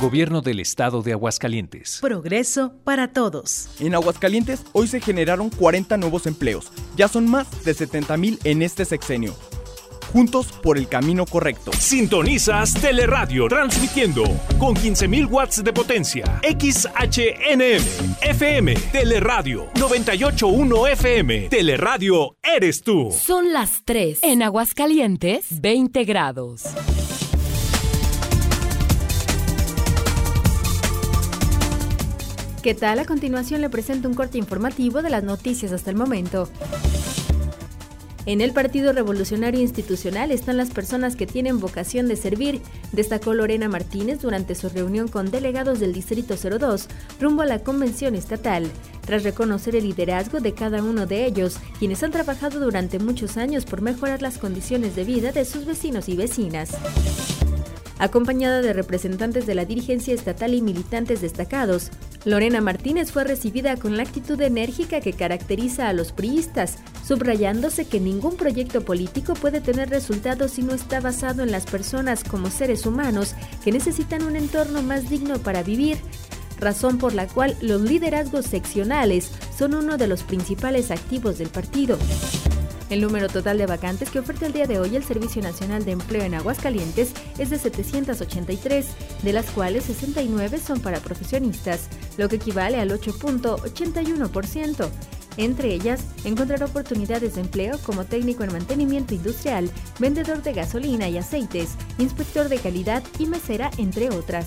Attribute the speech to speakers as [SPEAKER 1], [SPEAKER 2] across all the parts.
[SPEAKER 1] Gobierno del Estado de Aguascalientes.
[SPEAKER 2] Progreso para todos.
[SPEAKER 3] En Aguascalientes hoy se generaron 40 nuevos empleos. Ya son más de 70 mil en este sexenio. Juntos por el camino correcto.
[SPEAKER 4] Sintonizas Teleradio, transmitiendo con 15.000 watts de potencia. XHNM, FM, Teleradio, 98.1 FM. Teleradio, eres tú.
[SPEAKER 5] Son las 3 en Aguascalientes, 20 grados.
[SPEAKER 6] ¿Qué tal? A continuación le presento un corte informativo de las noticias hasta el momento. En el Partido Revolucionario Institucional están las personas que tienen vocación de servir, destacó Lorena Martínez durante su reunión con delegados del Distrito 02 rumbo a la Convención Estatal, tras reconocer el liderazgo de cada uno de ellos, quienes han trabajado durante muchos años por mejorar las condiciones de vida de sus vecinos y vecinas. Acompañada de representantes de la dirigencia estatal y militantes destacados, Lorena Martínez fue recibida con la actitud enérgica que caracteriza a los priistas, subrayándose que ningún proyecto político puede tener resultados si no está basado en las personas como seres humanos que necesitan un entorno más digno para vivir, razón por la cual los liderazgos seccionales son uno de los principales activos del partido. El número total de vacantes que oferta el día de hoy el Servicio Nacional de Empleo en Aguascalientes es de 783, de las cuales 69 son para profesionistas, lo que equivale al 8.81%. Entre ellas, encontrar oportunidades de empleo como técnico en mantenimiento industrial, vendedor de gasolina y aceites, inspector de calidad y mesera, entre otras.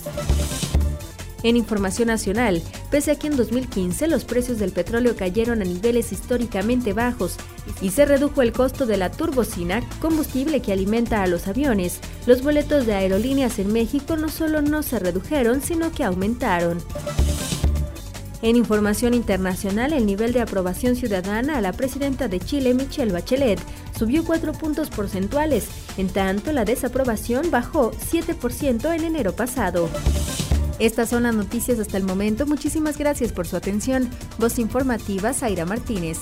[SPEAKER 6] En información nacional, pese a que en 2015 los precios del petróleo cayeron a niveles históricamente bajos y se redujo el costo de la turbocina, combustible que alimenta a los aviones, los boletos de aerolíneas en México no solo no se redujeron, sino que aumentaron. En información internacional, el nivel de aprobación ciudadana a la presidenta de Chile, Michelle Bachelet, subió 4 puntos porcentuales, en tanto la desaprobación bajó 7% en enero pasado. Estas son las noticias hasta el momento. Muchísimas gracias por su atención. Voz informativa, Zaira Martínez.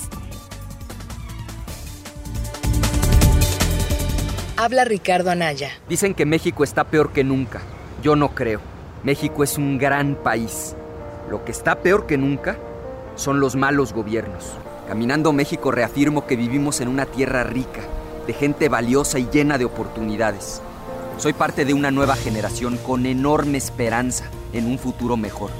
[SPEAKER 7] Habla Ricardo Anaya.
[SPEAKER 8] Dicen que México está peor que nunca. Yo no creo. México es un gran país. Lo que está peor que nunca son los malos gobiernos. Caminando México reafirmo que vivimos en una tierra rica, de gente valiosa y llena de oportunidades. Soy parte de una nueva generación con enorme esperanza en un futuro mejor.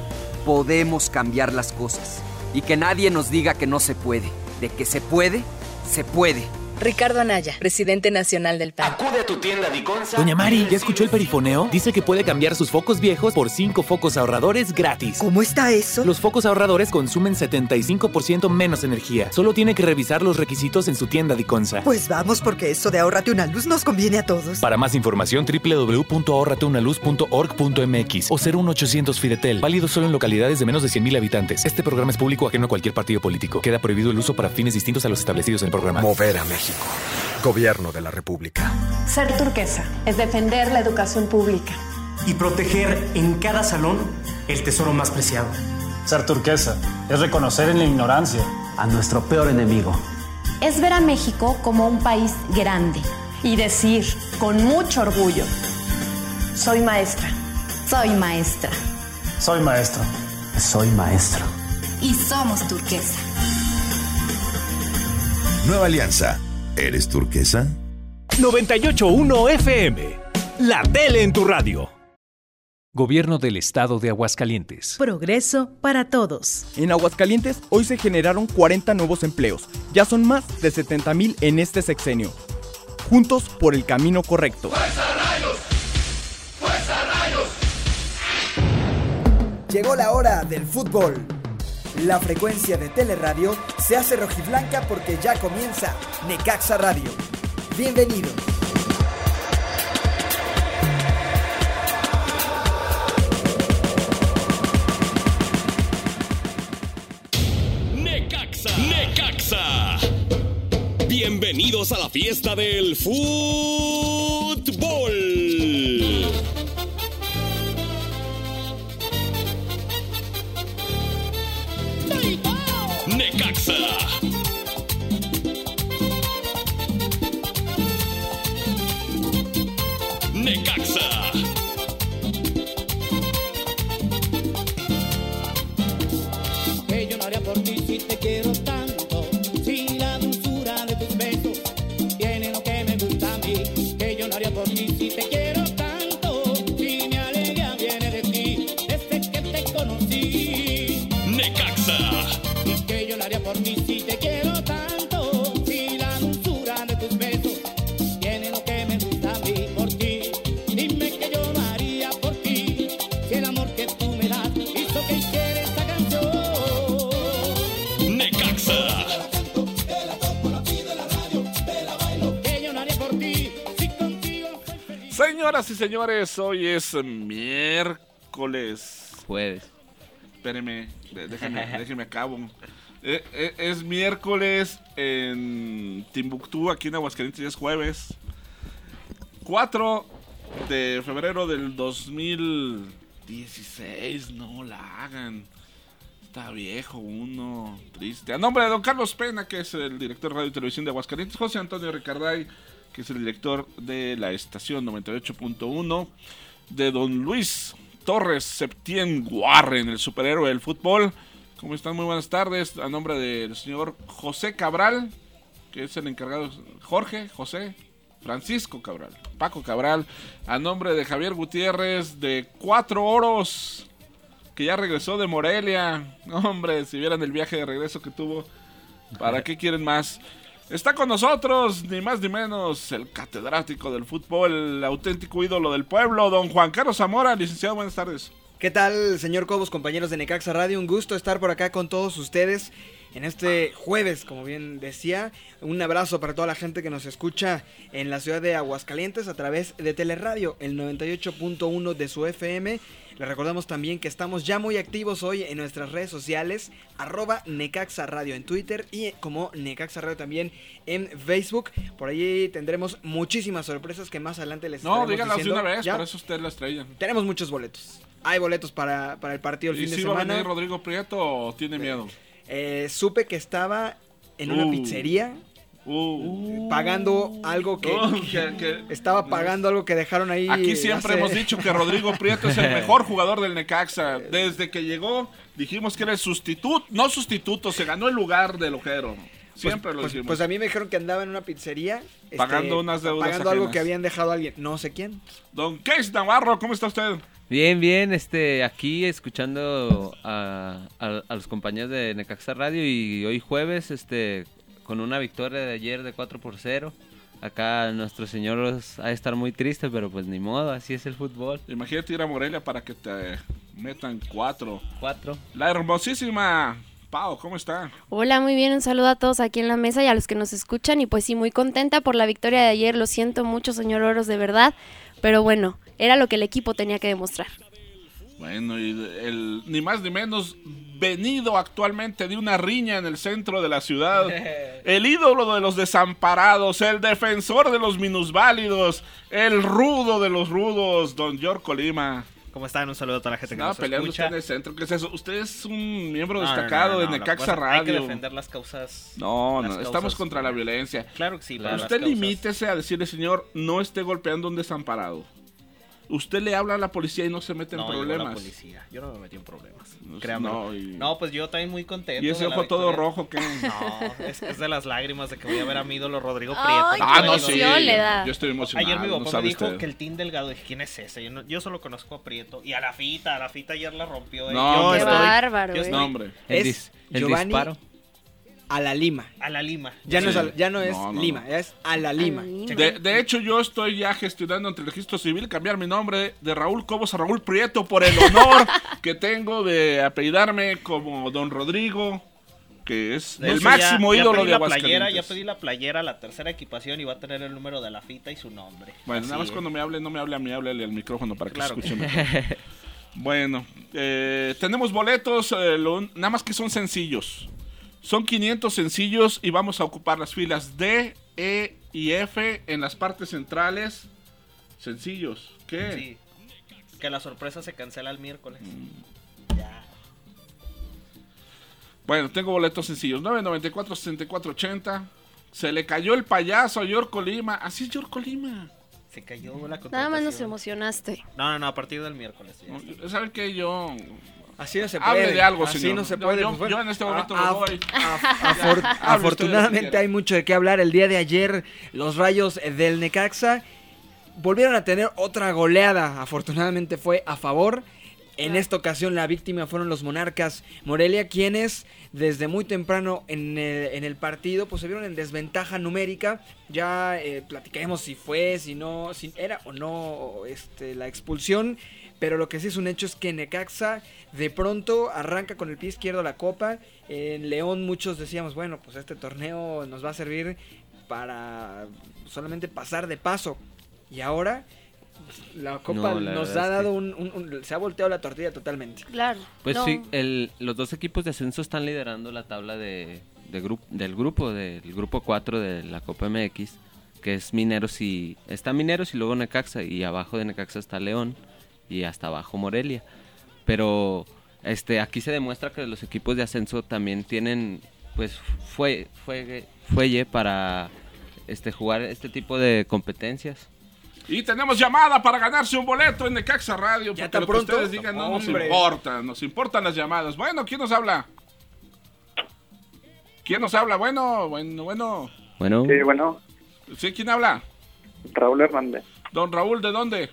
[SPEAKER 8] Podemos cambiar las cosas y que nadie nos diga que no se puede. De que se puede, se puede.
[SPEAKER 7] Ricardo Anaya, presidente nacional del PAN.
[SPEAKER 9] Acude a tu tienda Diconsa.
[SPEAKER 10] Doña Mari, ¿ya escuchó el perifoneo? Dice que puede cambiar sus focos viejos por 5 focos ahorradores gratis.
[SPEAKER 11] ¿Cómo está eso?
[SPEAKER 10] Los focos ahorradores consumen 75% menos energía. Solo tiene que revisar los requisitos en su tienda Diconsa.
[SPEAKER 11] Pues vamos, porque eso de ahorrate una luz nos conviene a todos.
[SPEAKER 10] Para más información, www.ahorrateunaluz.org.mx o 01800 Fidetel. Válido solo en localidades de menos de 100.000 habitantes. Este programa es público ajeno a cualquier partido político. Queda prohibido el uso para fines distintos a los establecidos en el programa.
[SPEAKER 12] Mover a México. Gobierno de la República.
[SPEAKER 13] Ser turquesa es defender la educación pública.
[SPEAKER 14] Y proteger en cada salón el tesoro más preciado.
[SPEAKER 15] Ser turquesa es reconocer en la ignorancia a nuestro peor enemigo.
[SPEAKER 16] Es ver a México como un país grande y decir con mucho orgullo, soy maestra, soy maestra,
[SPEAKER 15] soy maestro, soy maestro.
[SPEAKER 16] Y somos turquesa.
[SPEAKER 12] Nueva alianza. ¿Eres turquesa?
[SPEAKER 4] 981 FM. La tele en tu radio.
[SPEAKER 1] Gobierno del Estado de Aguascalientes.
[SPEAKER 2] Progreso para todos.
[SPEAKER 3] En Aguascalientes hoy se generaron 40 nuevos empleos. Ya son más de 70 mil en este sexenio. Juntos por el camino correcto.
[SPEAKER 17] ¡Fuerza rayos! ¡Fuerza rayos!
[SPEAKER 18] Llegó la hora del fútbol. La frecuencia de Teleradio se hace rojiblanca porque ya comienza Necaxa Radio. Bienvenidos.
[SPEAKER 4] Necaxa, Necaxa. Bienvenidos a la fiesta del fútbol. Necaxa. Necaxa.
[SPEAKER 19] si te quiero tanto, si la dulzura de tus besos tiene lo que me gusta a mí, que yo no haría por ti si te quiero tanto, si mi alegría viene de ti, desde que te conocí,
[SPEAKER 4] Necaxa.
[SPEAKER 19] que yo no haría por ti si te quiero tanto, si la dulzura de tus besos tiene lo que me gusta a mí por ti, dime que yo lo haría por ti, si el amor que tú me das hizo que hiciera esta canción.
[SPEAKER 4] Necaxa.
[SPEAKER 20] Señoras y señores, hoy es miércoles. Jueves. Espérenme, de- déjenme, déjenme acabo. Eh, eh, es miércoles en Timbuktu, aquí en Aguascalientes, ya es jueves. 4 de febrero del 2016, no la hagan. Está viejo uno, triste. A nombre de don Carlos Pena, que es el director de radio y televisión de Aguascalientes, José Antonio Ricarday, que es el director de la estación 98.1, de don Luis Torres Septién Guarren, el superhéroe del fútbol. ¿Cómo están? Muy buenas tardes. A nombre del señor José Cabral, que es el encargado, Jorge, José, Francisco Cabral, Paco Cabral, a nombre de Javier Gutiérrez de Cuatro Oros, que ya regresó de Morelia. No, Hombre, si vieran el viaje de regreso que tuvo, ¿para qué quieren más? Está con nosotros, ni más ni menos, el catedrático del fútbol, el auténtico ídolo del pueblo, don Juan Carlos Zamora. Licenciado, buenas tardes.
[SPEAKER 18] ¿Qué tal, señor Cobos, compañeros de Necaxa Radio? Un gusto estar por acá con todos ustedes en este jueves, como bien decía. Un abrazo para toda la gente que nos escucha en la ciudad de Aguascalientes a través de Teleradio, el 98.1 de su FM. Les recordamos también que estamos ya muy activos hoy en nuestras redes sociales, arroba Necaxa Radio en Twitter y como Necaxa Radio también en Facebook. Por allí tendremos muchísimas sorpresas que más adelante les
[SPEAKER 20] No,
[SPEAKER 18] estaremos
[SPEAKER 20] díganlas de
[SPEAKER 18] diciendo.
[SPEAKER 20] una vez,
[SPEAKER 18] Ya
[SPEAKER 20] para eso usted las traía.
[SPEAKER 18] Tenemos muchos boletos. Hay boletos para, para el partido el
[SPEAKER 20] ¿Y
[SPEAKER 18] fin de
[SPEAKER 20] si va a
[SPEAKER 18] semana.
[SPEAKER 20] venir Rodrigo Prieto o tiene miedo?
[SPEAKER 18] Eh, supe que estaba en una
[SPEAKER 20] Uh.
[SPEAKER 18] pizzería eh,
[SPEAKER 20] Uh.
[SPEAKER 18] pagando algo que,
[SPEAKER 20] Uh,
[SPEAKER 18] que- estaba pagando algo que dejaron ahí.
[SPEAKER 20] Aquí siempre
[SPEAKER 18] hace-
[SPEAKER 20] hemos dicho que Rodrigo Prieto es el mejor jugador del Necaxa. Desde que llegó, dijimos que era el sustituto, no sustituto, se ganó el lugar del ojero. Siempre lo
[SPEAKER 18] pues,
[SPEAKER 20] dijimos.
[SPEAKER 18] pues a mí me dijeron que andaba en una pizzería este,
[SPEAKER 20] Pagando unas deudas
[SPEAKER 18] pagando algo
[SPEAKER 20] ajenas.
[SPEAKER 18] que habían dejado a alguien, no sé quién.
[SPEAKER 20] Don Case Navarro, ¿cómo está usted?
[SPEAKER 21] Bien, bien, este, aquí escuchando a, a- a los compañeros de Necaxa Radio y hoy jueves, este, con una victoria de ayer de 4 por 0. Acá nuestro señor os- ha de estar muy triste, pero pues ni modo, así es el fútbol.
[SPEAKER 20] Imagínate ir a Morelia para que te metan cuatro.
[SPEAKER 21] Cuatro.
[SPEAKER 20] La hermosísima Pau, ¿cómo está?
[SPEAKER 22] Hola, muy bien, un saludo a todos aquí en la mesa y a los que nos escuchan y pues sí, muy contenta por la victoria de ayer, lo siento mucho señor Oros de verdad, pero bueno, era lo que el equipo tenía que demostrar.
[SPEAKER 20] Bueno, y el ni más ni menos venido actualmente de una riña en el centro de la ciudad. El ídolo de los desamparados, el defensor de los minusválidos,
[SPEAKER 23] Este
[SPEAKER 20] el rudo de los rudos, don York Colima.
[SPEAKER 23] ¿Cómo están? Un saludo a toda la gente que
[SPEAKER 20] Estaba
[SPEAKER 23] nos
[SPEAKER 20] peleando
[SPEAKER 23] escucha.
[SPEAKER 20] usted en el centro. ¿Qué es eso? Usted es un miembro
[SPEAKER 23] No, no, no,
[SPEAKER 20] destacado
[SPEAKER 23] no, no,
[SPEAKER 20] de
[SPEAKER 23] lo que
[SPEAKER 20] Necaxa
[SPEAKER 23] pasa- Hay que
[SPEAKER 20] Radio.
[SPEAKER 23] defender las causas.
[SPEAKER 20] No,
[SPEAKER 23] las
[SPEAKER 20] no,
[SPEAKER 23] causas.
[SPEAKER 20] estamos contra la violencia.
[SPEAKER 23] Claro que sí.
[SPEAKER 20] Pero
[SPEAKER 23] para las
[SPEAKER 20] usted
[SPEAKER 23] causas.
[SPEAKER 20] limítese a decirle, señor, no esté golpeando a un desamparado. Usted le habla a la policía y no se mete en
[SPEAKER 23] No, llegó la
[SPEAKER 20] problemas.
[SPEAKER 23] policía. Yo no me metí en problemas.
[SPEAKER 20] No,
[SPEAKER 23] Créame.
[SPEAKER 20] no,
[SPEAKER 23] No,
[SPEAKER 20] y-
[SPEAKER 23] pues yo también muy contento.
[SPEAKER 20] Y ese
[SPEAKER 23] de la
[SPEAKER 20] ojo todo
[SPEAKER 23] victoria.
[SPEAKER 20] rojo, ¿qué?
[SPEAKER 23] No, es, es de las lágrimas de que voy a ver a mi ídolo Rodrigo
[SPEAKER 22] Ay,
[SPEAKER 23] Prieto.
[SPEAKER 22] qué Ah, no, sí, emoción le da.
[SPEAKER 20] yo estoy emocionado,
[SPEAKER 23] Ayer mi
[SPEAKER 20] no
[SPEAKER 23] papá
[SPEAKER 20] sabe
[SPEAKER 23] me dijo
[SPEAKER 20] usted.
[SPEAKER 23] que el Team Delgado, dije, ¿quién es ese? Yo, no- yo solo conozco a Prieto. Y a la fita, a la fita ayer la rompió. eh.
[SPEAKER 20] No,
[SPEAKER 23] Yo
[SPEAKER 20] hombre.
[SPEAKER 23] estoy-
[SPEAKER 20] Qué bárbaro,
[SPEAKER 23] yo
[SPEAKER 20] eh.
[SPEAKER 23] estoy-
[SPEAKER 20] No, hombre.
[SPEAKER 18] Es Giovanni a la Lima.
[SPEAKER 23] A la Lima.
[SPEAKER 18] Ya no es,
[SPEAKER 20] Sí.
[SPEAKER 18] al- ya no es
[SPEAKER 20] No, no,
[SPEAKER 18] Lima,
[SPEAKER 20] no.
[SPEAKER 18] ya es a la Lima.
[SPEAKER 20] De, de hecho, yo estoy ya gestionando ante el registro civil cambiar mi nombre de Raúl Cobos a Raúl Prieto por el honor que tengo de apellidarme como Don Rodrigo, que es
[SPEAKER 23] De
[SPEAKER 20] el
[SPEAKER 23] hecho,
[SPEAKER 20] máximo
[SPEAKER 23] ya- ya
[SPEAKER 20] ídolo de
[SPEAKER 23] pedí la playera,
[SPEAKER 20] Aguascalientes.
[SPEAKER 23] Ya pedí la playera, la tercera equipación y va a tener el número de la fita y su nombre.
[SPEAKER 20] Bueno,
[SPEAKER 23] Así
[SPEAKER 20] nada más
[SPEAKER 23] es.
[SPEAKER 20] cuando me hable, no me hable a mí, háblale al micrófono para que
[SPEAKER 23] Claro
[SPEAKER 20] se
[SPEAKER 23] que
[SPEAKER 20] escuche
[SPEAKER 23] sí.
[SPEAKER 20] mejor. Bueno, eh, tenemos boletos, eh, lo un- nada más que son sencillos. Son 500 sencillos y vamos a ocupar las filas D, E y F en las partes centrales. Sencillos. ¿Qué? Mm.
[SPEAKER 23] Sí. Que la sorpresa se cancela el miércoles.
[SPEAKER 20] Bueno, tengo boletos sencillos. 994 6480. Se le cayó el payaso a Yorko Lima. Así es Yorko Lima.
[SPEAKER 23] Se cayó la
[SPEAKER 22] Nada más nos emocionaste.
[SPEAKER 23] No, no, no, a partir del miércoles.
[SPEAKER 20] ¿Saben qué? Yo
[SPEAKER 18] Así no se puede.
[SPEAKER 20] Hable de algo,
[SPEAKER 18] Así
[SPEAKER 20] señor.
[SPEAKER 18] no se
[SPEAKER 20] Yo-
[SPEAKER 18] puede.
[SPEAKER 20] yo-
[SPEAKER 18] pues bueno.
[SPEAKER 20] yo en este momento
[SPEAKER 18] Ah,
[SPEAKER 20] me voy.
[SPEAKER 23] Ah,
[SPEAKER 18] af-
[SPEAKER 20] Ya,
[SPEAKER 18] afor-
[SPEAKER 20] hable usted de lo que
[SPEAKER 18] afortunadamente
[SPEAKER 20] quiera.
[SPEAKER 18] hay mucho de qué hablar. El día de ayer, los rayos eh, del Necaxa volvieron a tener otra goleada. Afortunadamente fue a favor. En esta ocasión la víctima fueron los monarcas Morelia, quienes desde muy temprano en el, en el partido pues se vieron en desventaja numérica. Ya eh, platicaremos si fue, si no, si era o no este, la expulsión. Pero lo que sí es un hecho es que Necaxa de pronto arranca con el pie izquierdo la copa. En León muchos decíamos, bueno, pues este torneo nos va a servir para solamente pasar de paso. Y ahora la copa
[SPEAKER 21] No, la
[SPEAKER 18] nos
[SPEAKER 21] verdad
[SPEAKER 18] ha
[SPEAKER 21] es
[SPEAKER 18] dado un, un- un- Se ha volteado la tortilla totalmente.
[SPEAKER 22] Claro.
[SPEAKER 21] Pues
[SPEAKER 22] no.
[SPEAKER 21] sí, el- los dos equipos de ascenso están liderando la tabla de, de grup- del grupo, del grupo 4 de la Copa MX, que es Mineros y... Está Mineros y luego Necaxa, y abajo de Necaxa está León, y hasta abajo Morelia. Pero este aquí se demuestra que los equipos de ascenso también tienen pues fue, fue, fuelle para este jugar este tipo de competencias.
[SPEAKER 20] Y tenemos llamada para ganarse un boleto en Necaxa Radio.
[SPEAKER 18] Ya
[SPEAKER 20] Porque
[SPEAKER 18] tan
[SPEAKER 20] lo que
[SPEAKER 18] pronto.
[SPEAKER 20] ustedes digan no nos
[SPEAKER 18] Hombre.
[SPEAKER 20] importa, nos importan las llamadas. Bueno, ¿quién nos habla? ¿Quién nos habla? Bueno, bueno, bueno.
[SPEAKER 21] Bueno.
[SPEAKER 24] Sí, bueno,
[SPEAKER 20] ¿Sí, quién habla?
[SPEAKER 24] Raúl Hernández,
[SPEAKER 20] Don Raúl, ¿de dónde?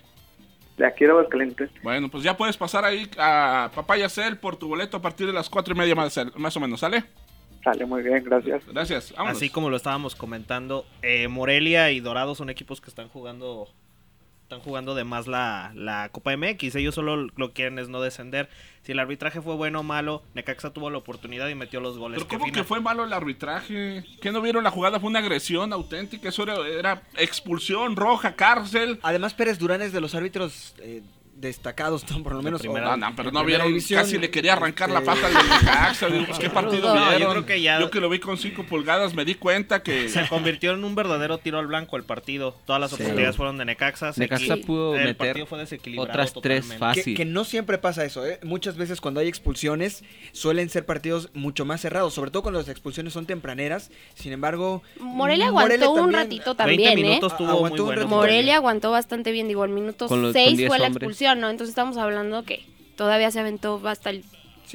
[SPEAKER 24] de aquí de Aguascalientes.
[SPEAKER 20] Bueno, pues ya puedes pasar ahí a Papaya Cel por tu boleto a partir de las cuatro y media más, más o menos, ¿sale?
[SPEAKER 24] Sale muy bien, gracias.
[SPEAKER 20] Gracias, vámonos.
[SPEAKER 23] Así como lo estábamos comentando, eh, Morelia y Dorado son equipos que están jugando están jugando de más la, la Copa MX. Ellos solo lo quieren es no descender. Si el arbitraje fue bueno o malo, Necaxa tuvo la oportunidad y metió los goles.
[SPEAKER 20] ¿Pero cómo que fue malo el arbitraje? ¿Qué no vieron la jugada? Fue una agresión auténtica, eso era, era expulsión, roja, cárcel.
[SPEAKER 18] Además, Pérez Durán es de los árbitros eh, destacados, ¿no? por lo menos.
[SPEAKER 20] primera-
[SPEAKER 18] o-
[SPEAKER 20] No, no, pero
[SPEAKER 18] en
[SPEAKER 20] no
[SPEAKER 18] primera
[SPEAKER 20] vieron,
[SPEAKER 18] división.
[SPEAKER 20] casi le quería arrancar la
[SPEAKER 18] Este,
[SPEAKER 20] pata al Necaxa, digo, pues, ¿qué partido
[SPEAKER 23] No, yo
[SPEAKER 20] vieron?
[SPEAKER 23] creo que ya-
[SPEAKER 20] Yo que lo vi con 5 pulgadas me di cuenta que...
[SPEAKER 23] Se convirtió en un verdadero tiro al blanco el partido. Todas las
[SPEAKER 20] Sí.
[SPEAKER 23] oportunidades fueron de Necaxa. se
[SPEAKER 21] Necaxa
[SPEAKER 23] equi-
[SPEAKER 21] pudo
[SPEAKER 23] el
[SPEAKER 21] meter
[SPEAKER 23] partido fue desequilibrado
[SPEAKER 21] otras tres
[SPEAKER 23] totalmente.
[SPEAKER 21] fases.
[SPEAKER 18] Que,
[SPEAKER 21] Fácil.
[SPEAKER 18] que no siempre pasa eso, ¿eh? Muchas veces cuando hay expulsiones suelen ser partidos mucho más cerrados, sobre todo cuando las expulsiones son tempraneras. Sin embargo,
[SPEAKER 22] Morelia aguantó un
[SPEAKER 18] también-
[SPEAKER 22] ratito también, 20 minutos ¿eh?
[SPEAKER 18] A-
[SPEAKER 23] tuvo
[SPEAKER 18] aguantó
[SPEAKER 23] muy
[SPEAKER 18] un
[SPEAKER 23] bueno.
[SPEAKER 18] ratito.
[SPEAKER 22] Morelia aguantó bastante bien, digo, al minuto
[SPEAKER 21] Con los- con
[SPEAKER 22] 6
[SPEAKER 21] diez
[SPEAKER 22] fue la
[SPEAKER 21] hombres.
[SPEAKER 22] expulsión, ¿no? Entonces estamos hablando que todavía se aventó hasta el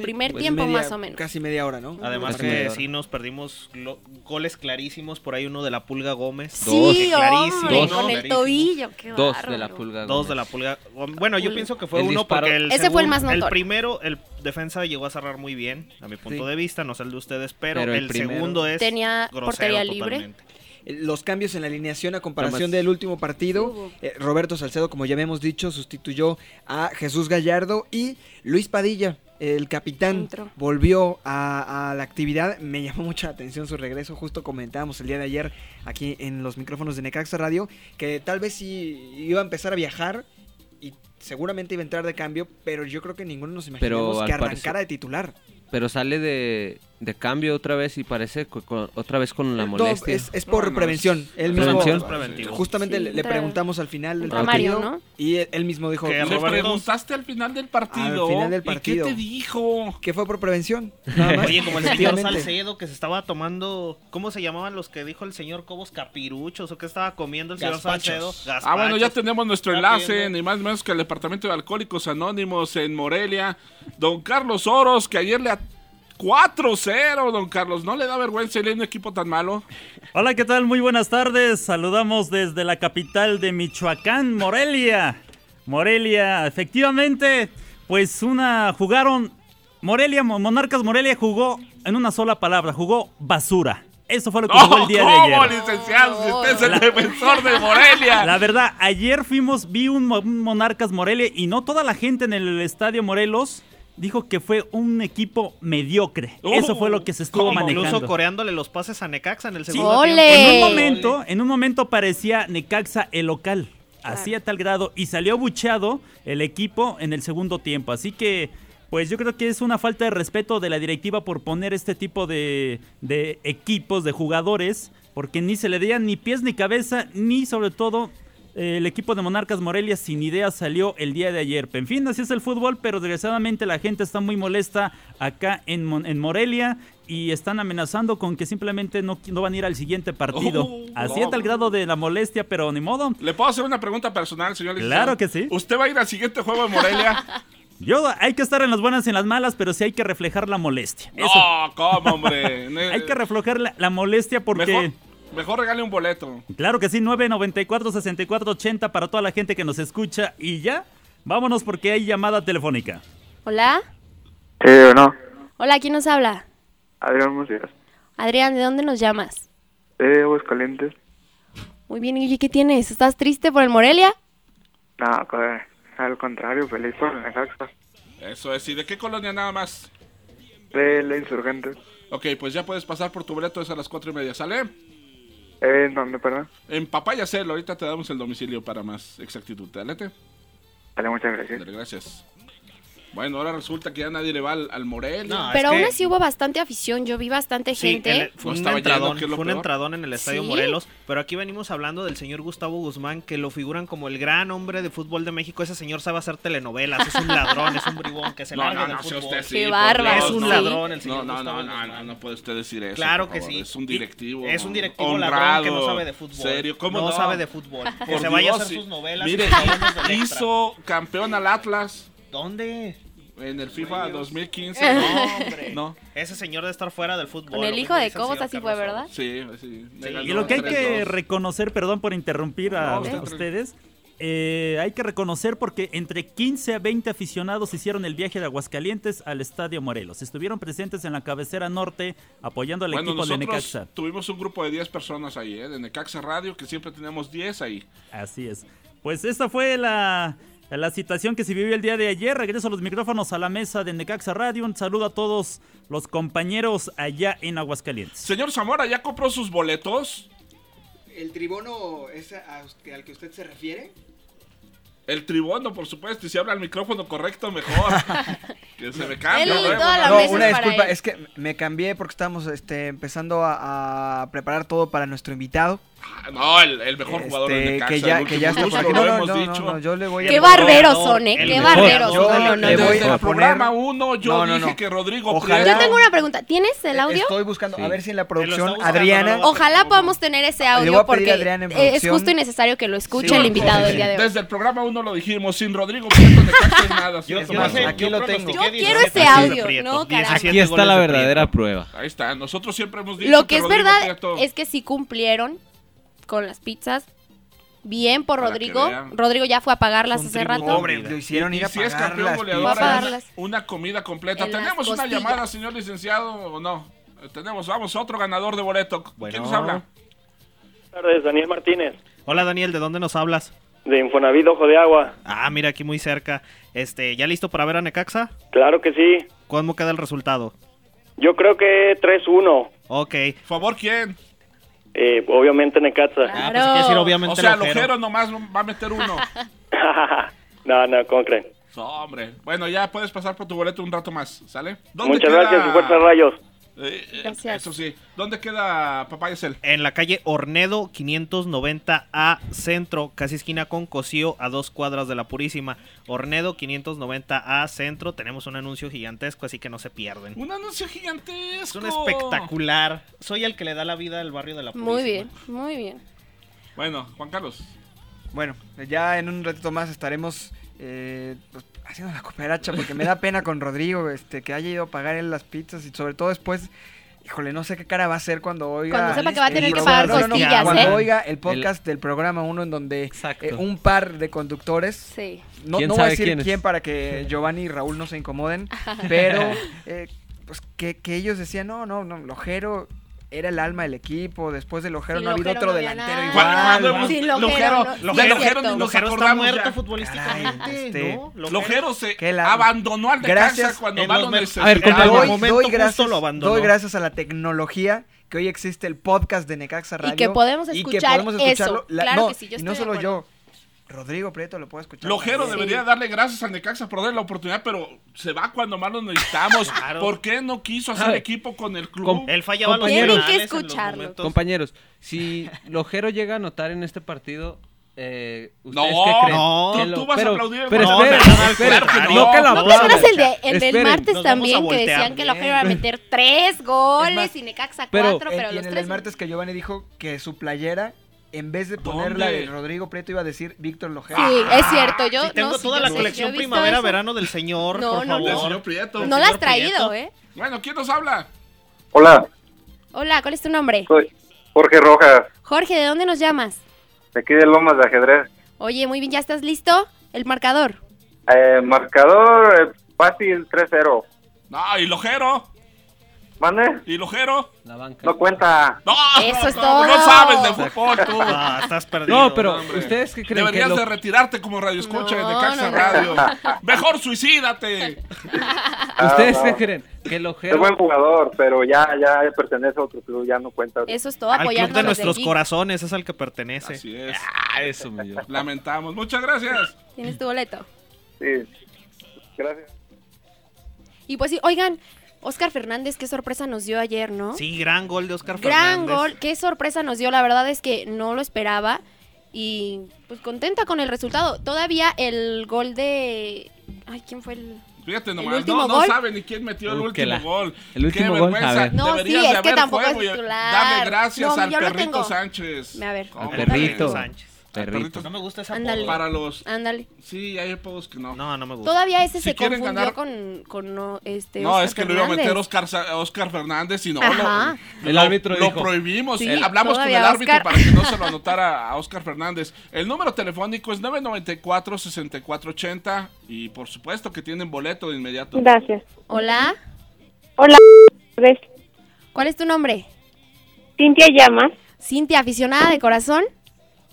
[SPEAKER 22] primer
[SPEAKER 18] Pues
[SPEAKER 22] tiempo
[SPEAKER 18] media-
[SPEAKER 22] más o menos.
[SPEAKER 18] Casi media hora, ¿no?
[SPEAKER 23] Además
[SPEAKER 18] Casi media
[SPEAKER 23] que
[SPEAKER 18] hora.
[SPEAKER 23] sí nos perdimos lo- goles clarísimos, por ahí uno de la Pulga Gómez.
[SPEAKER 22] Sí,
[SPEAKER 23] que clarísimo,
[SPEAKER 22] hombre,
[SPEAKER 23] ¿no?
[SPEAKER 22] con el
[SPEAKER 23] Clarísimo.
[SPEAKER 22] tobillo, qué
[SPEAKER 21] Dos
[SPEAKER 22] bárbaro.
[SPEAKER 21] de la Pulga
[SPEAKER 23] Dos
[SPEAKER 21] Gómez.
[SPEAKER 23] de la Pulga Gómez. Bueno, yo
[SPEAKER 22] Pulga.
[SPEAKER 23] pienso que fue
[SPEAKER 21] El
[SPEAKER 23] uno
[SPEAKER 21] disparo-
[SPEAKER 23] porque el
[SPEAKER 22] Ese fue el
[SPEAKER 23] segundo-
[SPEAKER 22] más notorio.
[SPEAKER 23] primero, el defensa llegó a cerrar muy bien, a mi punto
[SPEAKER 18] Sí.
[SPEAKER 23] de vista, no sé el de ustedes, pero,
[SPEAKER 21] Pero el
[SPEAKER 23] el,
[SPEAKER 21] primero-
[SPEAKER 23] segundo es
[SPEAKER 22] Tenía
[SPEAKER 23] grosero
[SPEAKER 22] portería libre.
[SPEAKER 23] totalmente.
[SPEAKER 18] Los cambios en la alineación a comparación
[SPEAKER 21] Además-
[SPEAKER 18] del último partido,
[SPEAKER 22] Hubo.
[SPEAKER 18] eh, Roberto Salcedo, como ya habíamos dicho, sustituyó a Jesús Gallardo y Luis Padilla, el capitán,
[SPEAKER 22] Entró.
[SPEAKER 18] volvió a, a la actividad. Me llamó mucha atención su regreso, justo comentábamos el día de ayer aquí en los micrófonos de Necaxa Radio, que tal vez sí iba a empezar a viajar y seguramente iba a entrar de cambio, pero yo creo que ninguno nos imaginamos
[SPEAKER 21] al
[SPEAKER 18] que arrancara
[SPEAKER 21] parecer-
[SPEAKER 18] de titular.
[SPEAKER 21] Pero sale de, de cambio otra vez y parece co- co- otra vez con la
[SPEAKER 18] No,
[SPEAKER 21] molestia.
[SPEAKER 18] es, es por
[SPEAKER 20] No, no,
[SPEAKER 18] prevención.
[SPEAKER 20] es-
[SPEAKER 18] Él
[SPEAKER 21] es
[SPEAKER 18] mismo,
[SPEAKER 21] prevención.
[SPEAKER 23] Preventivo.
[SPEAKER 18] Justamente
[SPEAKER 22] Sí,
[SPEAKER 18] le, le
[SPEAKER 22] entra-
[SPEAKER 18] preguntamos al final del
[SPEAKER 22] entra
[SPEAKER 18] partido
[SPEAKER 22] Mario, ¿no?
[SPEAKER 18] y él, él mismo dijo
[SPEAKER 23] Que
[SPEAKER 18] que,
[SPEAKER 20] Le
[SPEAKER 23] Roberto-
[SPEAKER 20] preguntaste al final del partido.
[SPEAKER 18] Al final del
[SPEAKER 20] ¿y
[SPEAKER 18] partido.
[SPEAKER 20] qué te dijo?
[SPEAKER 18] que fue por prevención. nada más.
[SPEAKER 23] Oye, como el señor
[SPEAKER 18] Efectivamente.
[SPEAKER 23] Salcedo que se estaba tomando, ¿cómo se llamaban los que dijo el señor Cobos? Capiruchos o que estaba comiendo el
[SPEAKER 18] Gazpachos.
[SPEAKER 23] señor Salcedo.
[SPEAKER 20] Ah, bueno, ya
[SPEAKER 23] Gazpachos.
[SPEAKER 20] tenemos nuestro
[SPEAKER 23] Ya
[SPEAKER 20] enlace,
[SPEAKER 23] tenemos.
[SPEAKER 20] ni más ni menos que el Departamento de Alcohólicos Anónimos en Morelia. Don Carlos Oros, que ayer le... at- 4-0, don Carlos. ¿No le da vergüenza ir a un equipo tan malo?
[SPEAKER 25] Hola, ¿qué tal? Muy buenas tardes. Saludamos desde la capital de Michoacán, Morelia. Morelia, efectivamente, pues una jugaron Morelia Mo- Monarcas Morelia jugó en una sola palabra, jugó basura. Eso fue lo que jugó el día de
[SPEAKER 20] Oh, ¿Cómo,
[SPEAKER 25] ayer.
[SPEAKER 20] licenciado? Si usted es el defensor de Morelia.
[SPEAKER 25] La verdad, ayer fuimos, vi un, Mo- un Monarcas Morelia y no toda la gente en el estadio Morelos dijo que fue un equipo mediocre. Eso fue lo que se estuvo
[SPEAKER 23] Como
[SPEAKER 25] manejando.
[SPEAKER 23] Incluso coreándole los pases a Necaxa en el
[SPEAKER 25] Sí.
[SPEAKER 23] segundo
[SPEAKER 25] En un
[SPEAKER 22] ¡Ole!
[SPEAKER 23] tiempo.
[SPEAKER 25] momento, en un momento parecía Necaxa el local. Así a tal grado. Y salió buchado el equipo en el segundo tiempo. Así que. Pues yo creo que es una falta de respeto de la directiva por poner este tipo de, de equipos, de jugadores, porque ni se le veían ni pies ni cabeza, ni sobre todo eh, el equipo de Monarcas Morelia sin idea salió el día de ayer. En fin, así es el fútbol, pero desgraciadamente la gente está muy molesta acá en, Mon- en Morelia y están amenazando con que simplemente no, qui- no van a ir al siguiente partido.
[SPEAKER 20] Oh,
[SPEAKER 25] así
[SPEAKER 20] no.
[SPEAKER 25] es el grado de la molestia, pero ni modo.
[SPEAKER 20] ¿Le puedo hacer una pregunta personal, señor
[SPEAKER 25] Claro
[SPEAKER 20] licenciado?
[SPEAKER 25] que sí.
[SPEAKER 20] ¿Usted va a ir al siguiente juego de Morelia?
[SPEAKER 6] Yo, hay que estar en las buenas y en las malas, pero sí hay que reflejar la molestia.
[SPEAKER 20] No, ¿cómo, hombre?
[SPEAKER 6] hay que reflejar la, la molestia porque...
[SPEAKER 20] Mejor, mejor regale un boleto.
[SPEAKER 6] Claro que sí, 994-6480 para toda la gente que nos escucha. Y ya, vámonos porque hay llamada telefónica.
[SPEAKER 22] Hola.
[SPEAKER 24] Sí, o no.
[SPEAKER 22] Hola, ¿quién nos habla?
[SPEAKER 24] Adrián Macías.
[SPEAKER 22] Adrián, ¿de dónde nos llamas?
[SPEAKER 24] Eh, Aguascalientes.
[SPEAKER 22] Muy bien, ¿y qué tienes? ¿Estás triste por el Morelia?
[SPEAKER 24] No, pues, al contrario, feliz por el Necaxa.
[SPEAKER 20] Eso es, ¿y de qué colonia nada más?
[SPEAKER 24] De la insurgente.
[SPEAKER 20] Ok, pues ya puedes pasar por tu boleto, es a las cuatro y media, ¿sale?
[SPEAKER 24] Eh, ¿en ¿dónde, perdón?
[SPEAKER 20] En Papayacel, ahorita te damos el domicilio para más exactitud, ¿Dale?
[SPEAKER 24] Dale, muchas gracias.
[SPEAKER 20] Dale, gracias. Bueno, ahora resulta que ya nadie le va al, al Morelia.
[SPEAKER 22] pero aún así hubo bastante afición, yo vi bastante
[SPEAKER 23] Sí,
[SPEAKER 22] gente.
[SPEAKER 23] el- fue
[SPEAKER 20] No
[SPEAKER 23] un,
[SPEAKER 20] estaba lleno,
[SPEAKER 23] entradón,
[SPEAKER 20] que es lo
[SPEAKER 23] fue un
[SPEAKER 20] peor.
[SPEAKER 23] entradón en el Estadio
[SPEAKER 22] Sí.
[SPEAKER 23] Morelos, pero aquí venimos hablando del señor Gustavo Guzmán, que lo figuran como el gran hombre de fútbol de México. Ese señor sabe hacer telenovelas, es un ladrón, es un bribón que se
[SPEAKER 20] No,
[SPEAKER 23] larga
[SPEAKER 20] no,
[SPEAKER 23] del
[SPEAKER 20] no, sea
[SPEAKER 23] fútbol.
[SPEAKER 20] usted sí, por
[SPEAKER 23] bárbaro.
[SPEAKER 20] Dios,
[SPEAKER 23] Es un
[SPEAKER 20] no.
[SPEAKER 23] ladrón el señor
[SPEAKER 20] No, no,
[SPEAKER 23] Gustavo
[SPEAKER 20] no, no, no, no puede usted decir eso.
[SPEAKER 23] Claro
[SPEAKER 20] por
[SPEAKER 23] que
[SPEAKER 20] favor.
[SPEAKER 23] sí.
[SPEAKER 20] Es un directivo.
[SPEAKER 23] Es un directivo ladrón que no sabe de fútbol.
[SPEAKER 20] Serio, ¿cómo no?
[SPEAKER 23] No sabe de fútbol. Que
[SPEAKER 20] Por
[SPEAKER 23] se vaya a
[SPEAKER 20] Dios,
[SPEAKER 23] hacer
[SPEAKER 20] sí.
[SPEAKER 23] sus novelas y
[SPEAKER 20] Mire,
[SPEAKER 23] sus novelas del extra.
[SPEAKER 20] hizo campeón al Atlas
[SPEAKER 23] ¿Dónde?
[SPEAKER 20] en el FIFA 2015.
[SPEAKER 23] No,
[SPEAKER 20] No,
[SPEAKER 23] hombre.
[SPEAKER 20] no.
[SPEAKER 23] Ese señor de estar fuera del fútbol.
[SPEAKER 22] Con el
[SPEAKER 23] lo
[SPEAKER 22] hijo
[SPEAKER 23] mismo
[SPEAKER 22] de
[SPEAKER 23] dice el
[SPEAKER 22] Cobos
[SPEAKER 23] señor
[SPEAKER 22] así fue,
[SPEAKER 23] Carlos
[SPEAKER 22] ¿verdad?
[SPEAKER 20] Sí, sí. Le
[SPEAKER 23] Sí,
[SPEAKER 20] ganó
[SPEAKER 6] Y lo que hay que
[SPEAKER 20] 3-2.
[SPEAKER 6] reconocer, perdón por interrumpir a
[SPEAKER 20] No, está tranquilo.
[SPEAKER 6] ustedes, eh, hay que reconocer porque entre 15 a 20 aficionados hicieron el viaje de Aguascalientes al Estadio Morelos. Estuvieron presentes en la cabecera norte apoyando al
[SPEAKER 20] Bueno,
[SPEAKER 6] equipo de
[SPEAKER 20] nosotros
[SPEAKER 6] Necaxa.
[SPEAKER 20] tuvimos un grupo de 10 personas ahí, ¿eh? de Necaxa Radio, que siempre tenemos 10 ahí.
[SPEAKER 6] Así es. Pues esta fue la, la situación que se vivió el día de ayer. Regreso los micrófonos a la mesa de Necaxa Radio. Un saludo a todos los compañeros allá en Aguascalientes.
[SPEAKER 20] Señor Zamora, ¿ya compró sus boletos?
[SPEAKER 18] ¿El tribono es a- a usted- al que usted se refiere?
[SPEAKER 20] El tribuno, por supuesto, y si habla el micrófono correcto, mejor. que se me cambie.
[SPEAKER 18] No,
[SPEAKER 20] luego,
[SPEAKER 18] no, una disculpa, es que me cambié porque estamos este, empezando a, a preparar todo para nuestro invitado.
[SPEAKER 20] Ah, No, el, el mejor jugador
[SPEAKER 18] Este,
[SPEAKER 20] de Necaxa.
[SPEAKER 18] que ya-
[SPEAKER 20] el
[SPEAKER 18] que ya está
[SPEAKER 20] último
[SPEAKER 18] por aquí. No,
[SPEAKER 20] lustro, lo
[SPEAKER 18] no,
[SPEAKER 20] hemos
[SPEAKER 18] no,
[SPEAKER 20] dicho.
[SPEAKER 18] no, no, yo le voy a-
[SPEAKER 22] Qué barberos son, ¿eh?
[SPEAKER 18] El
[SPEAKER 22] Qué
[SPEAKER 18] mejor.
[SPEAKER 22] barberos.
[SPEAKER 18] Yo
[SPEAKER 22] No, no, no,
[SPEAKER 18] le
[SPEAKER 20] Desde
[SPEAKER 18] voy
[SPEAKER 20] el
[SPEAKER 18] a poner...
[SPEAKER 20] programa 1 yo
[SPEAKER 18] No, no,
[SPEAKER 20] dije
[SPEAKER 18] no.
[SPEAKER 20] que Rodrigo
[SPEAKER 18] Ojalá-
[SPEAKER 20] Prieto-
[SPEAKER 22] Yo tengo una pregunta, ¿tienes el audio?
[SPEAKER 18] Estoy buscando, a ver si en la producción
[SPEAKER 23] buscando,
[SPEAKER 18] Adriana...
[SPEAKER 22] Ojalá podamos tener ese
[SPEAKER 18] Le voy
[SPEAKER 22] audio
[SPEAKER 18] a pedir
[SPEAKER 22] porque
[SPEAKER 18] a Adrián en
[SPEAKER 22] eh, es
[SPEAKER 18] producción.
[SPEAKER 22] justo y necesario que lo escuche
[SPEAKER 20] Sí,
[SPEAKER 22] el invitado
[SPEAKER 20] sí,
[SPEAKER 22] el día de hoy.
[SPEAKER 20] Desde el programa 1 lo dijimos, sin Rodrigo Prieto Necaxa es nada. señor
[SPEAKER 23] yo
[SPEAKER 20] Tomás.
[SPEAKER 23] dije- Aquí yo lo tengo.
[SPEAKER 22] Yo
[SPEAKER 23] pronostiqué
[SPEAKER 22] quiero
[SPEAKER 23] 17
[SPEAKER 22] ese
[SPEAKER 23] goles de
[SPEAKER 22] audio,
[SPEAKER 23] Prieto.
[SPEAKER 22] no, carajo.
[SPEAKER 23] 17
[SPEAKER 21] Aquí está
[SPEAKER 23] goles
[SPEAKER 21] la
[SPEAKER 23] de
[SPEAKER 21] verdadera prueba.
[SPEAKER 20] Ahí está, nosotros siempre hemos dicho
[SPEAKER 22] Lo que es
[SPEAKER 20] Rodrigo
[SPEAKER 22] verdad
[SPEAKER 20] Prieto-
[SPEAKER 22] es que sí cumplieron con las pizzas. Bien por
[SPEAKER 20] Para que
[SPEAKER 22] Rodrigo.
[SPEAKER 20] vean.
[SPEAKER 22] Rodrigo ya fue a pagarlas
[SPEAKER 23] Es un
[SPEAKER 22] hace
[SPEAKER 23] tribuno.
[SPEAKER 22] rato.
[SPEAKER 18] Pobre, lo hicieron
[SPEAKER 20] Y
[SPEAKER 18] ir a
[SPEAKER 20] si es campeón
[SPEAKER 18] pagarlas. pues.
[SPEAKER 20] goleador,
[SPEAKER 22] Va a
[SPEAKER 20] una,
[SPEAKER 22] pagarlas.
[SPEAKER 20] una comida completa.
[SPEAKER 22] En las
[SPEAKER 20] ¿Tenemos una
[SPEAKER 22] costillas.
[SPEAKER 20] llamada, señor licenciado, o no? Eh, Tenemos, vamos, otro ganador de boleto. ¿Quién nos habla?
[SPEAKER 25] Buenas tardes, Daniel Martínez,
[SPEAKER 23] Hola Daniel, ¿de dónde nos hablas?
[SPEAKER 25] de Infonavit Ojo de Agua.
[SPEAKER 23] Ah, mira, aquí muy cerca. Este, ¿Ya listo para ver a Necaxa?
[SPEAKER 25] Claro que sí.
[SPEAKER 23] ¿Cómo queda el resultado?
[SPEAKER 25] Yo creo que 3-1.
[SPEAKER 23] Ok.
[SPEAKER 20] ¿Favor quién?
[SPEAKER 25] Eh, obviamente Necaxa.
[SPEAKER 23] Ah, pues, quiere decir, obviamente
[SPEAKER 20] O sea,
[SPEAKER 23] el ojero.
[SPEAKER 20] Lojero nomás va a meter uno.
[SPEAKER 25] no, no, ¿cómo creen?
[SPEAKER 20] No, hombre. Bueno, ya puedes pasar por tu boleto un rato más, ¿sale?
[SPEAKER 25] Muchas gracias y fuerza rayos.
[SPEAKER 20] Eh, eh,
[SPEAKER 25] Gracias.
[SPEAKER 20] Eso sí. ¿Dónde queda Papayacel?
[SPEAKER 23] En la calle Ornedo 590A Centro, casi esquina con Cocío, a dos cuadras de la Purísima. Ornedo 590A Centro, tenemos un anuncio gigantesco, así que no se pierden.
[SPEAKER 20] Un anuncio gigantesco.
[SPEAKER 23] Es un espectacular. Soy el que le da la vida al barrio de la Purísima.
[SPEAKER 22] Muy bien, muy bien.
[SPEAKER 20] Bueno, Juan Carlos.
[SPEAKER 18] Eh, Bueno, ya en un ratito más estaremos eh, pues, haciendo la cooperacha porque me da pena con Rodrigo este, que haya ido a pagar él las pizzas y sobre todo después, híjole, no sé qué cara va a hacer cuando oiga...
[SPEAKER 22] Cuando sepa que va a
[SPEAKER 18] el
[SPEAKER 22] tener que
[SPEAKER 18] programa-
[SPEAKER 22] pagar
[SPEAKER 18] no, no, no,
[SPEAKER 22] costillas,
[SPEAKER 18] Cuando
[SPEAKER 22] ¿eh?
[SPEAKER 18] oiga el podcast del programa 1 en donde eh, un par de conductores...
[SPEAKER 22] Sí.
[SPEAKER 18] No,
[SPEAKER 23] ¿Quién
[SPEAKER 18] no voy a
[SPEAKER 23] sabe
[SPEAKER 18] decir
[SPEAKER 23] quién
[SPEAKER 18] quién,
[SPEAKER 23] es?
[SPEAKER 18] para que Giovanni y Raúl no se incomoden, pero eh, pues que, que ellos decían, no, no, no, Lojero era el alma del equipo, después de Lojero
[SPEAKER 23] Sin
[SPEAKER 18] no ha habido
[SPEAKER 23] Lojero
[SPEAKER 18] otro
[SPEAKER 23] no había
[SPEAKER 18] delantero
[SPEAKER 23] nada.
[SPEAKER 18] igual.
[SPEAKER 20] ¿Cuándo hemos-
[SPEAKER 23] Sin Lojero, no-
[SPEAKER 20] Lojero,
[SPEAKER 23] sí,
[SPEAKER 20] de
[SPEAKER 23] es
[SPEAKER 20] Lojero ni
[SPEAKER 23] cierto.
[SPEAKER 20] nos
[SPEAKER 23] Lojero está
[SPEAKER 20] acordamos
[SPEAKER 23] muerto
[SPEAKER 20] ya.
[SPEAKER 23] futbolísticamente,
[SPEAKER 18] Caray, este, ¿no?
[SPEAKER 20] Lojero,
[SPEAKER 18] Logero
[SPEAKER 20] se
[SPEAKER 18] que la-
[SPEAKER 20] abandonó al Necaxa
[SPEAKER 18] gracias
[SPEAKER 20] cuando
[SPEAKER 18] en
[SPEAKER 20] más
[SPEAKER 18] los
[SPEAKER 20] lo
[SPEAKER 18] mer-
[SPEAKER 20] necesitaba.
[SPEAKER 18] doy, doy
[SPEAKER 23] momento justo
[SPEAKER 18] gracias,
[SPEAKER 23] lo abandonó.
[SPEAKER 18] doy gracias a la tecnología que hoy existe el podcast de Necaxa Radio
[SPEAKER 22] que podemos
[SPEAKER 18] y que
[SPEAKER 22] escuchar
[SPEAKER 18] podemos
[SPEAKER 22] eso.
[SPEAKER 18] escucharlo. La-
[SPEAKER 22] Claro
[SPEAKER 18] no,
[SPEAKER 22] que sí, yo
[SPEAKER 18] y no
[SPEAKER 22] estoy
[SPEAKER 18] solo
[SPEAKER 22] de
[SPEAKER 18] yo, Rodrigo Prieto lo puede escuchar.
[SPEAKER 20] Lojero
[SPEAKER 18] también.
[SPEAKER 20] debería darle gracias al Necaxa por darle la oportunidad, pero se va cuando más lo necesitamos. ¿Por qué no quiso hacer
[SPEAKER 21] Ay.
[SPEAKER 20] equipo con el club?
[SPEAKER 21] Com-
[SPEAKER 20] Él
[SPEAKER 23] fallaba
[SPEAKER 21] los
[SPEAKER 22] Tienen
[SPEAKER 21] penales en
[SPEAKER 22] que
[SPEAKER 21] los
[SPEAKER 22] escucharlo.
[SPEAKER 21] Compañeros, si Lojero llega a anotar en este partido, eh,
[SPEAKER 20] No,
[SPEAKER 21] ¿ustedes qué creen?
[SPEAKER 23] no.
[SPEAKER 21] Que
[SPEAKER 23] Tú-
[SPEAKER 21] lo-
[SPEAKER 23] tú vas a
[SPEAKER 21] pero,
[SPEAKER 23] aplaudir el
[SPEAKER 21] Pero
[SPEAKER 23] gol.
[SPEAKER 21] esperen,
[SPEAKER 23] No, no, no,
[SPEAKER 21] esperen,
[SPEAKER 23] claro que
[SPEAKER 21] no
[SPEAKER 23] no.
[SPEAKER 21] que lo
[SPEAKER 22] ¿No te acuerdas
[SPEAKER 21] aplaudan.
[SPEAKER 22] el, de, el del
[SPEAKER 21] Esperen.
[SPEAKER 23] nos
[SPEAKER 22] martes
[SPEAKER 23] vamos a
[SPEAKER 22] también que
[SPEAKER 23] voltear.
[SPEAKER 22] decían que Lojero iba a meter tres goles
[SPEAKER 18] Es más,
[SPEAKER 22] y Necaxa
[SPEAKER 21] pero-
[SPEAKER 22] cuatro,
[SPEAKER 18] Eh,
[SPEAKER 22] pero
[SPEAKER 18] y en el
[SPEAKER 22] los
[SPEAKER 18] del
[SPEAKER 22] tres...
[SPEAKER 18] martes que Giovanni dijo que su playera en vez de ponerla
[SPEAKER 23] ¿Dónde?
[SPEAKER 18] de Rodrigo Prieto, iba a decir Víctor Lojera.
[SPEAKER 22] Sí, es cierto. Yo
[SPEAKER 23] Sí, tengo
[SPEAKER 22] no, sí,
[SPEAKER 23] toda
[SPEAKER 22] yo
[SPEAKER 23] la
[SPEAKER 22] sé,
[SPEAKER 23] colección
[SPEAKER 22] yo he visto eso.
[SPEAKER 23] primavera-verano del señor,
[SPEAKER 22] No,
[SPEAKER 23] por
[SPEAKER 22] no, no.
[SPEAKER 23] favor.
[SPEAKER 22] Del señor Prieto. No la has traído, ¿eh?
[SPEAKER 20] Bueno, ¿quién nos habla?
[SPEAKER 26] Hola,
[SPEAKER 22] Hola, ¿cuál es tu nombre?
[SPEAKER 26] soy Jorge Rojas,
[SPEAKER 22] Jorge, ¿de dónde nos llamas?
[SPEAKER 26] de aquí de Lomas de Ajedrez.
[SPEAKER 22] Oye, muy bien, ¿ya estás listo? El marcador.
[SPEAKER 26] Eh, marcador eh, fácil 3-0.
[SPEAKER 20] No, y Lojero.
[SPEAKER 26] ¿Mande?
[SPEAKER 20] ¿Y Lojero?
[SPEAKER 21] La banca.
[SPEAKER 26] No cuenta.
[SPEAKER 20] No,
[SPEAKER 22] Eso es
[SPEAKER 20] no,
[SPEAKER 22] todo.
[SPEAKER 20] no sabes de fútbol tú.
[SPEAKER 23] Ah, estás perdido.
[SPEAKER 21] No, pero
[SPEAKER 20] hombre.
[SPEAKER 21] ustedes qué creen
[SPEAKER 20] Deberías
[SPEAKER 21] que lo-
[SPEAKER 20] de retirarte como radioescucha
[SPEAKER 22] No,
[SPEAKER 20] de Caxa
[SPEAKER 22] no, no.
[SPEAKER 20] Radio. Mejor suicídate.
[SPEAKER 21] ¿Ustedes
[SPEAKER 26] Ah,
[SPEAKER 21] qué
[SPEAKER 26] no.
[SPEAKER 21] creen? Que el
[SPEAKER 26] Es
[SPEAKER 21] ojero...
[SPEAKER 26] buen jugador, pero ya, ya pertenece a otro club, ya no cuenta.
[SPEAKER 22] Eso es todo,
[SPEAKER 23] Al club
[SPEAKER 22] apoyarnos
[SPEAKER 23] de
[SPEAKER 22] desde
[SPEAKER 23] nuestros
[SPEAKER 22] aquí.
[SPEAKER 23] corazones es al que pertenece.
[SPEAKER 20] Así es.
[SPEAKER 21] Ah, eso, mi Dios.
[SPEAKER 20] Lamentamos. Muchas gracias.
[SPEAKER 22] Tienes tu boleto.
[SPEAKER 26] Sí. Gracias.
[SPEAKER 22] Y pues sí, oigan, Oscar Fernández, qué sorpresa nos dio ayer, ¿no?
[SPEAKER 23] Sí, gran gol de Oscar
[SPEAKER 22] Gran
[SPEAKER 23] Fernández.
[SPEAKER 22] gol, qué sorpresa nos dio, la verdad es que no lo esperaba y pues contenta con el resultado. Todavía el gol de... Ay, ¿quién fue el...?
[SPEAKER 20] Fíjate
[SPEAKER 22] ¿El
[SPEAKER 20] nomás,
[SPEAKER 22] último
[SPEAKER 20] no, no
[SPEAKER 22] gol?
[SPEAKER 20] sabe ni quién metió el
[SPEAKER 21] Uy, que
[SPEAKER 20] último
[SPEAKER 21] la-
[SPEAKER 20] gol.
[SPEAKER 21] el último gol, a ver.
[SPEAKER 22] No, sí,
[SPEAKER 20] Deberías
[SPEAKER 22] es
[SPEAKER 20] de
[SPEAKER 22] que
[SPEAKER 20] haber
[SPEAKER 22] tampoco es
[SPEAKER 20] juego y-
[SPEAKER 22] titular.
[SPEAKER 20] Dame gracias
[SPEAKER 22] No,
[SPEAKER 20] al
[SPEAKER 22] yo lo
[SPEAKER 20] perrito
[SPEAKER 22] tengo.
[SPEAKER 20] Sánchez.
[SPEAKER 22] A ver.
[SPEAKER 20] Hombre,
[SPEAKER 21] perrito.
[SPEAKER 20] Sánchez. Al
[SPEAKER 21] Perrito.
[SPEAKER 20] perrito.
[SPEAKER 23] No me gusta esa
[SPEAKER 22] Ándale.
[SPEAKER 20] Para los...
[SPEAKER 22] Ándale.
[SPEAKER 20] Sí, hay pocos que no.
[SPEAKER 23] No, no me gusta.
[SPEAKER 22] Todavía ese
[SPEAKER 20] Si
[SPEAKER 22] se
[SPEAKER 20] quieren
[SPEAKER 22] confundió
[SPEAKER 20] ganar-
[SPEAKER 22] con, con no, este
[SPEAKER 20] No,
[SPEAKER 22] Oscar
[SPEAKER 20] es que lo iba a meter
[SPEAKER 22] Fernández.
[SPEAKER 20] Oscar, Sa- Oscar Fernández y no,
[SPEAKER 22] Ajá.
[SPEAKER 20] lo,
[SPEAKER 21] El
[SPEAKER 20] lo-
[SPEAKER 21] árbitro
[SPEAKER 20] lo
[SPEAKER 21] dijo.
[SPEAKER 20] prohibimos.
[SPEAKER 22] Sí,
[SPEAKER 20] Eh, Hablamos con el
[SPEAKER 22] todavía
[SPEAKER 20] árbitro
[SPEAKER 22] Oscar.
[SPEAKER 20] para que no se lo anotara a Oscar Fernández. El número telefónico es 994-6480 y por supuesto que tienen boleto de inmediato.
[SPEAKER 13] Gracias.
[SPEAKER 22] Hola,
[SPEAKER 13] Hola, ¿ves?
[SPEAKER 22] ¿cuál es tu nombre?
[SPEAKER 13] Cintia llama.
[SPEAKER 22] Cintia, aficionada de corazón.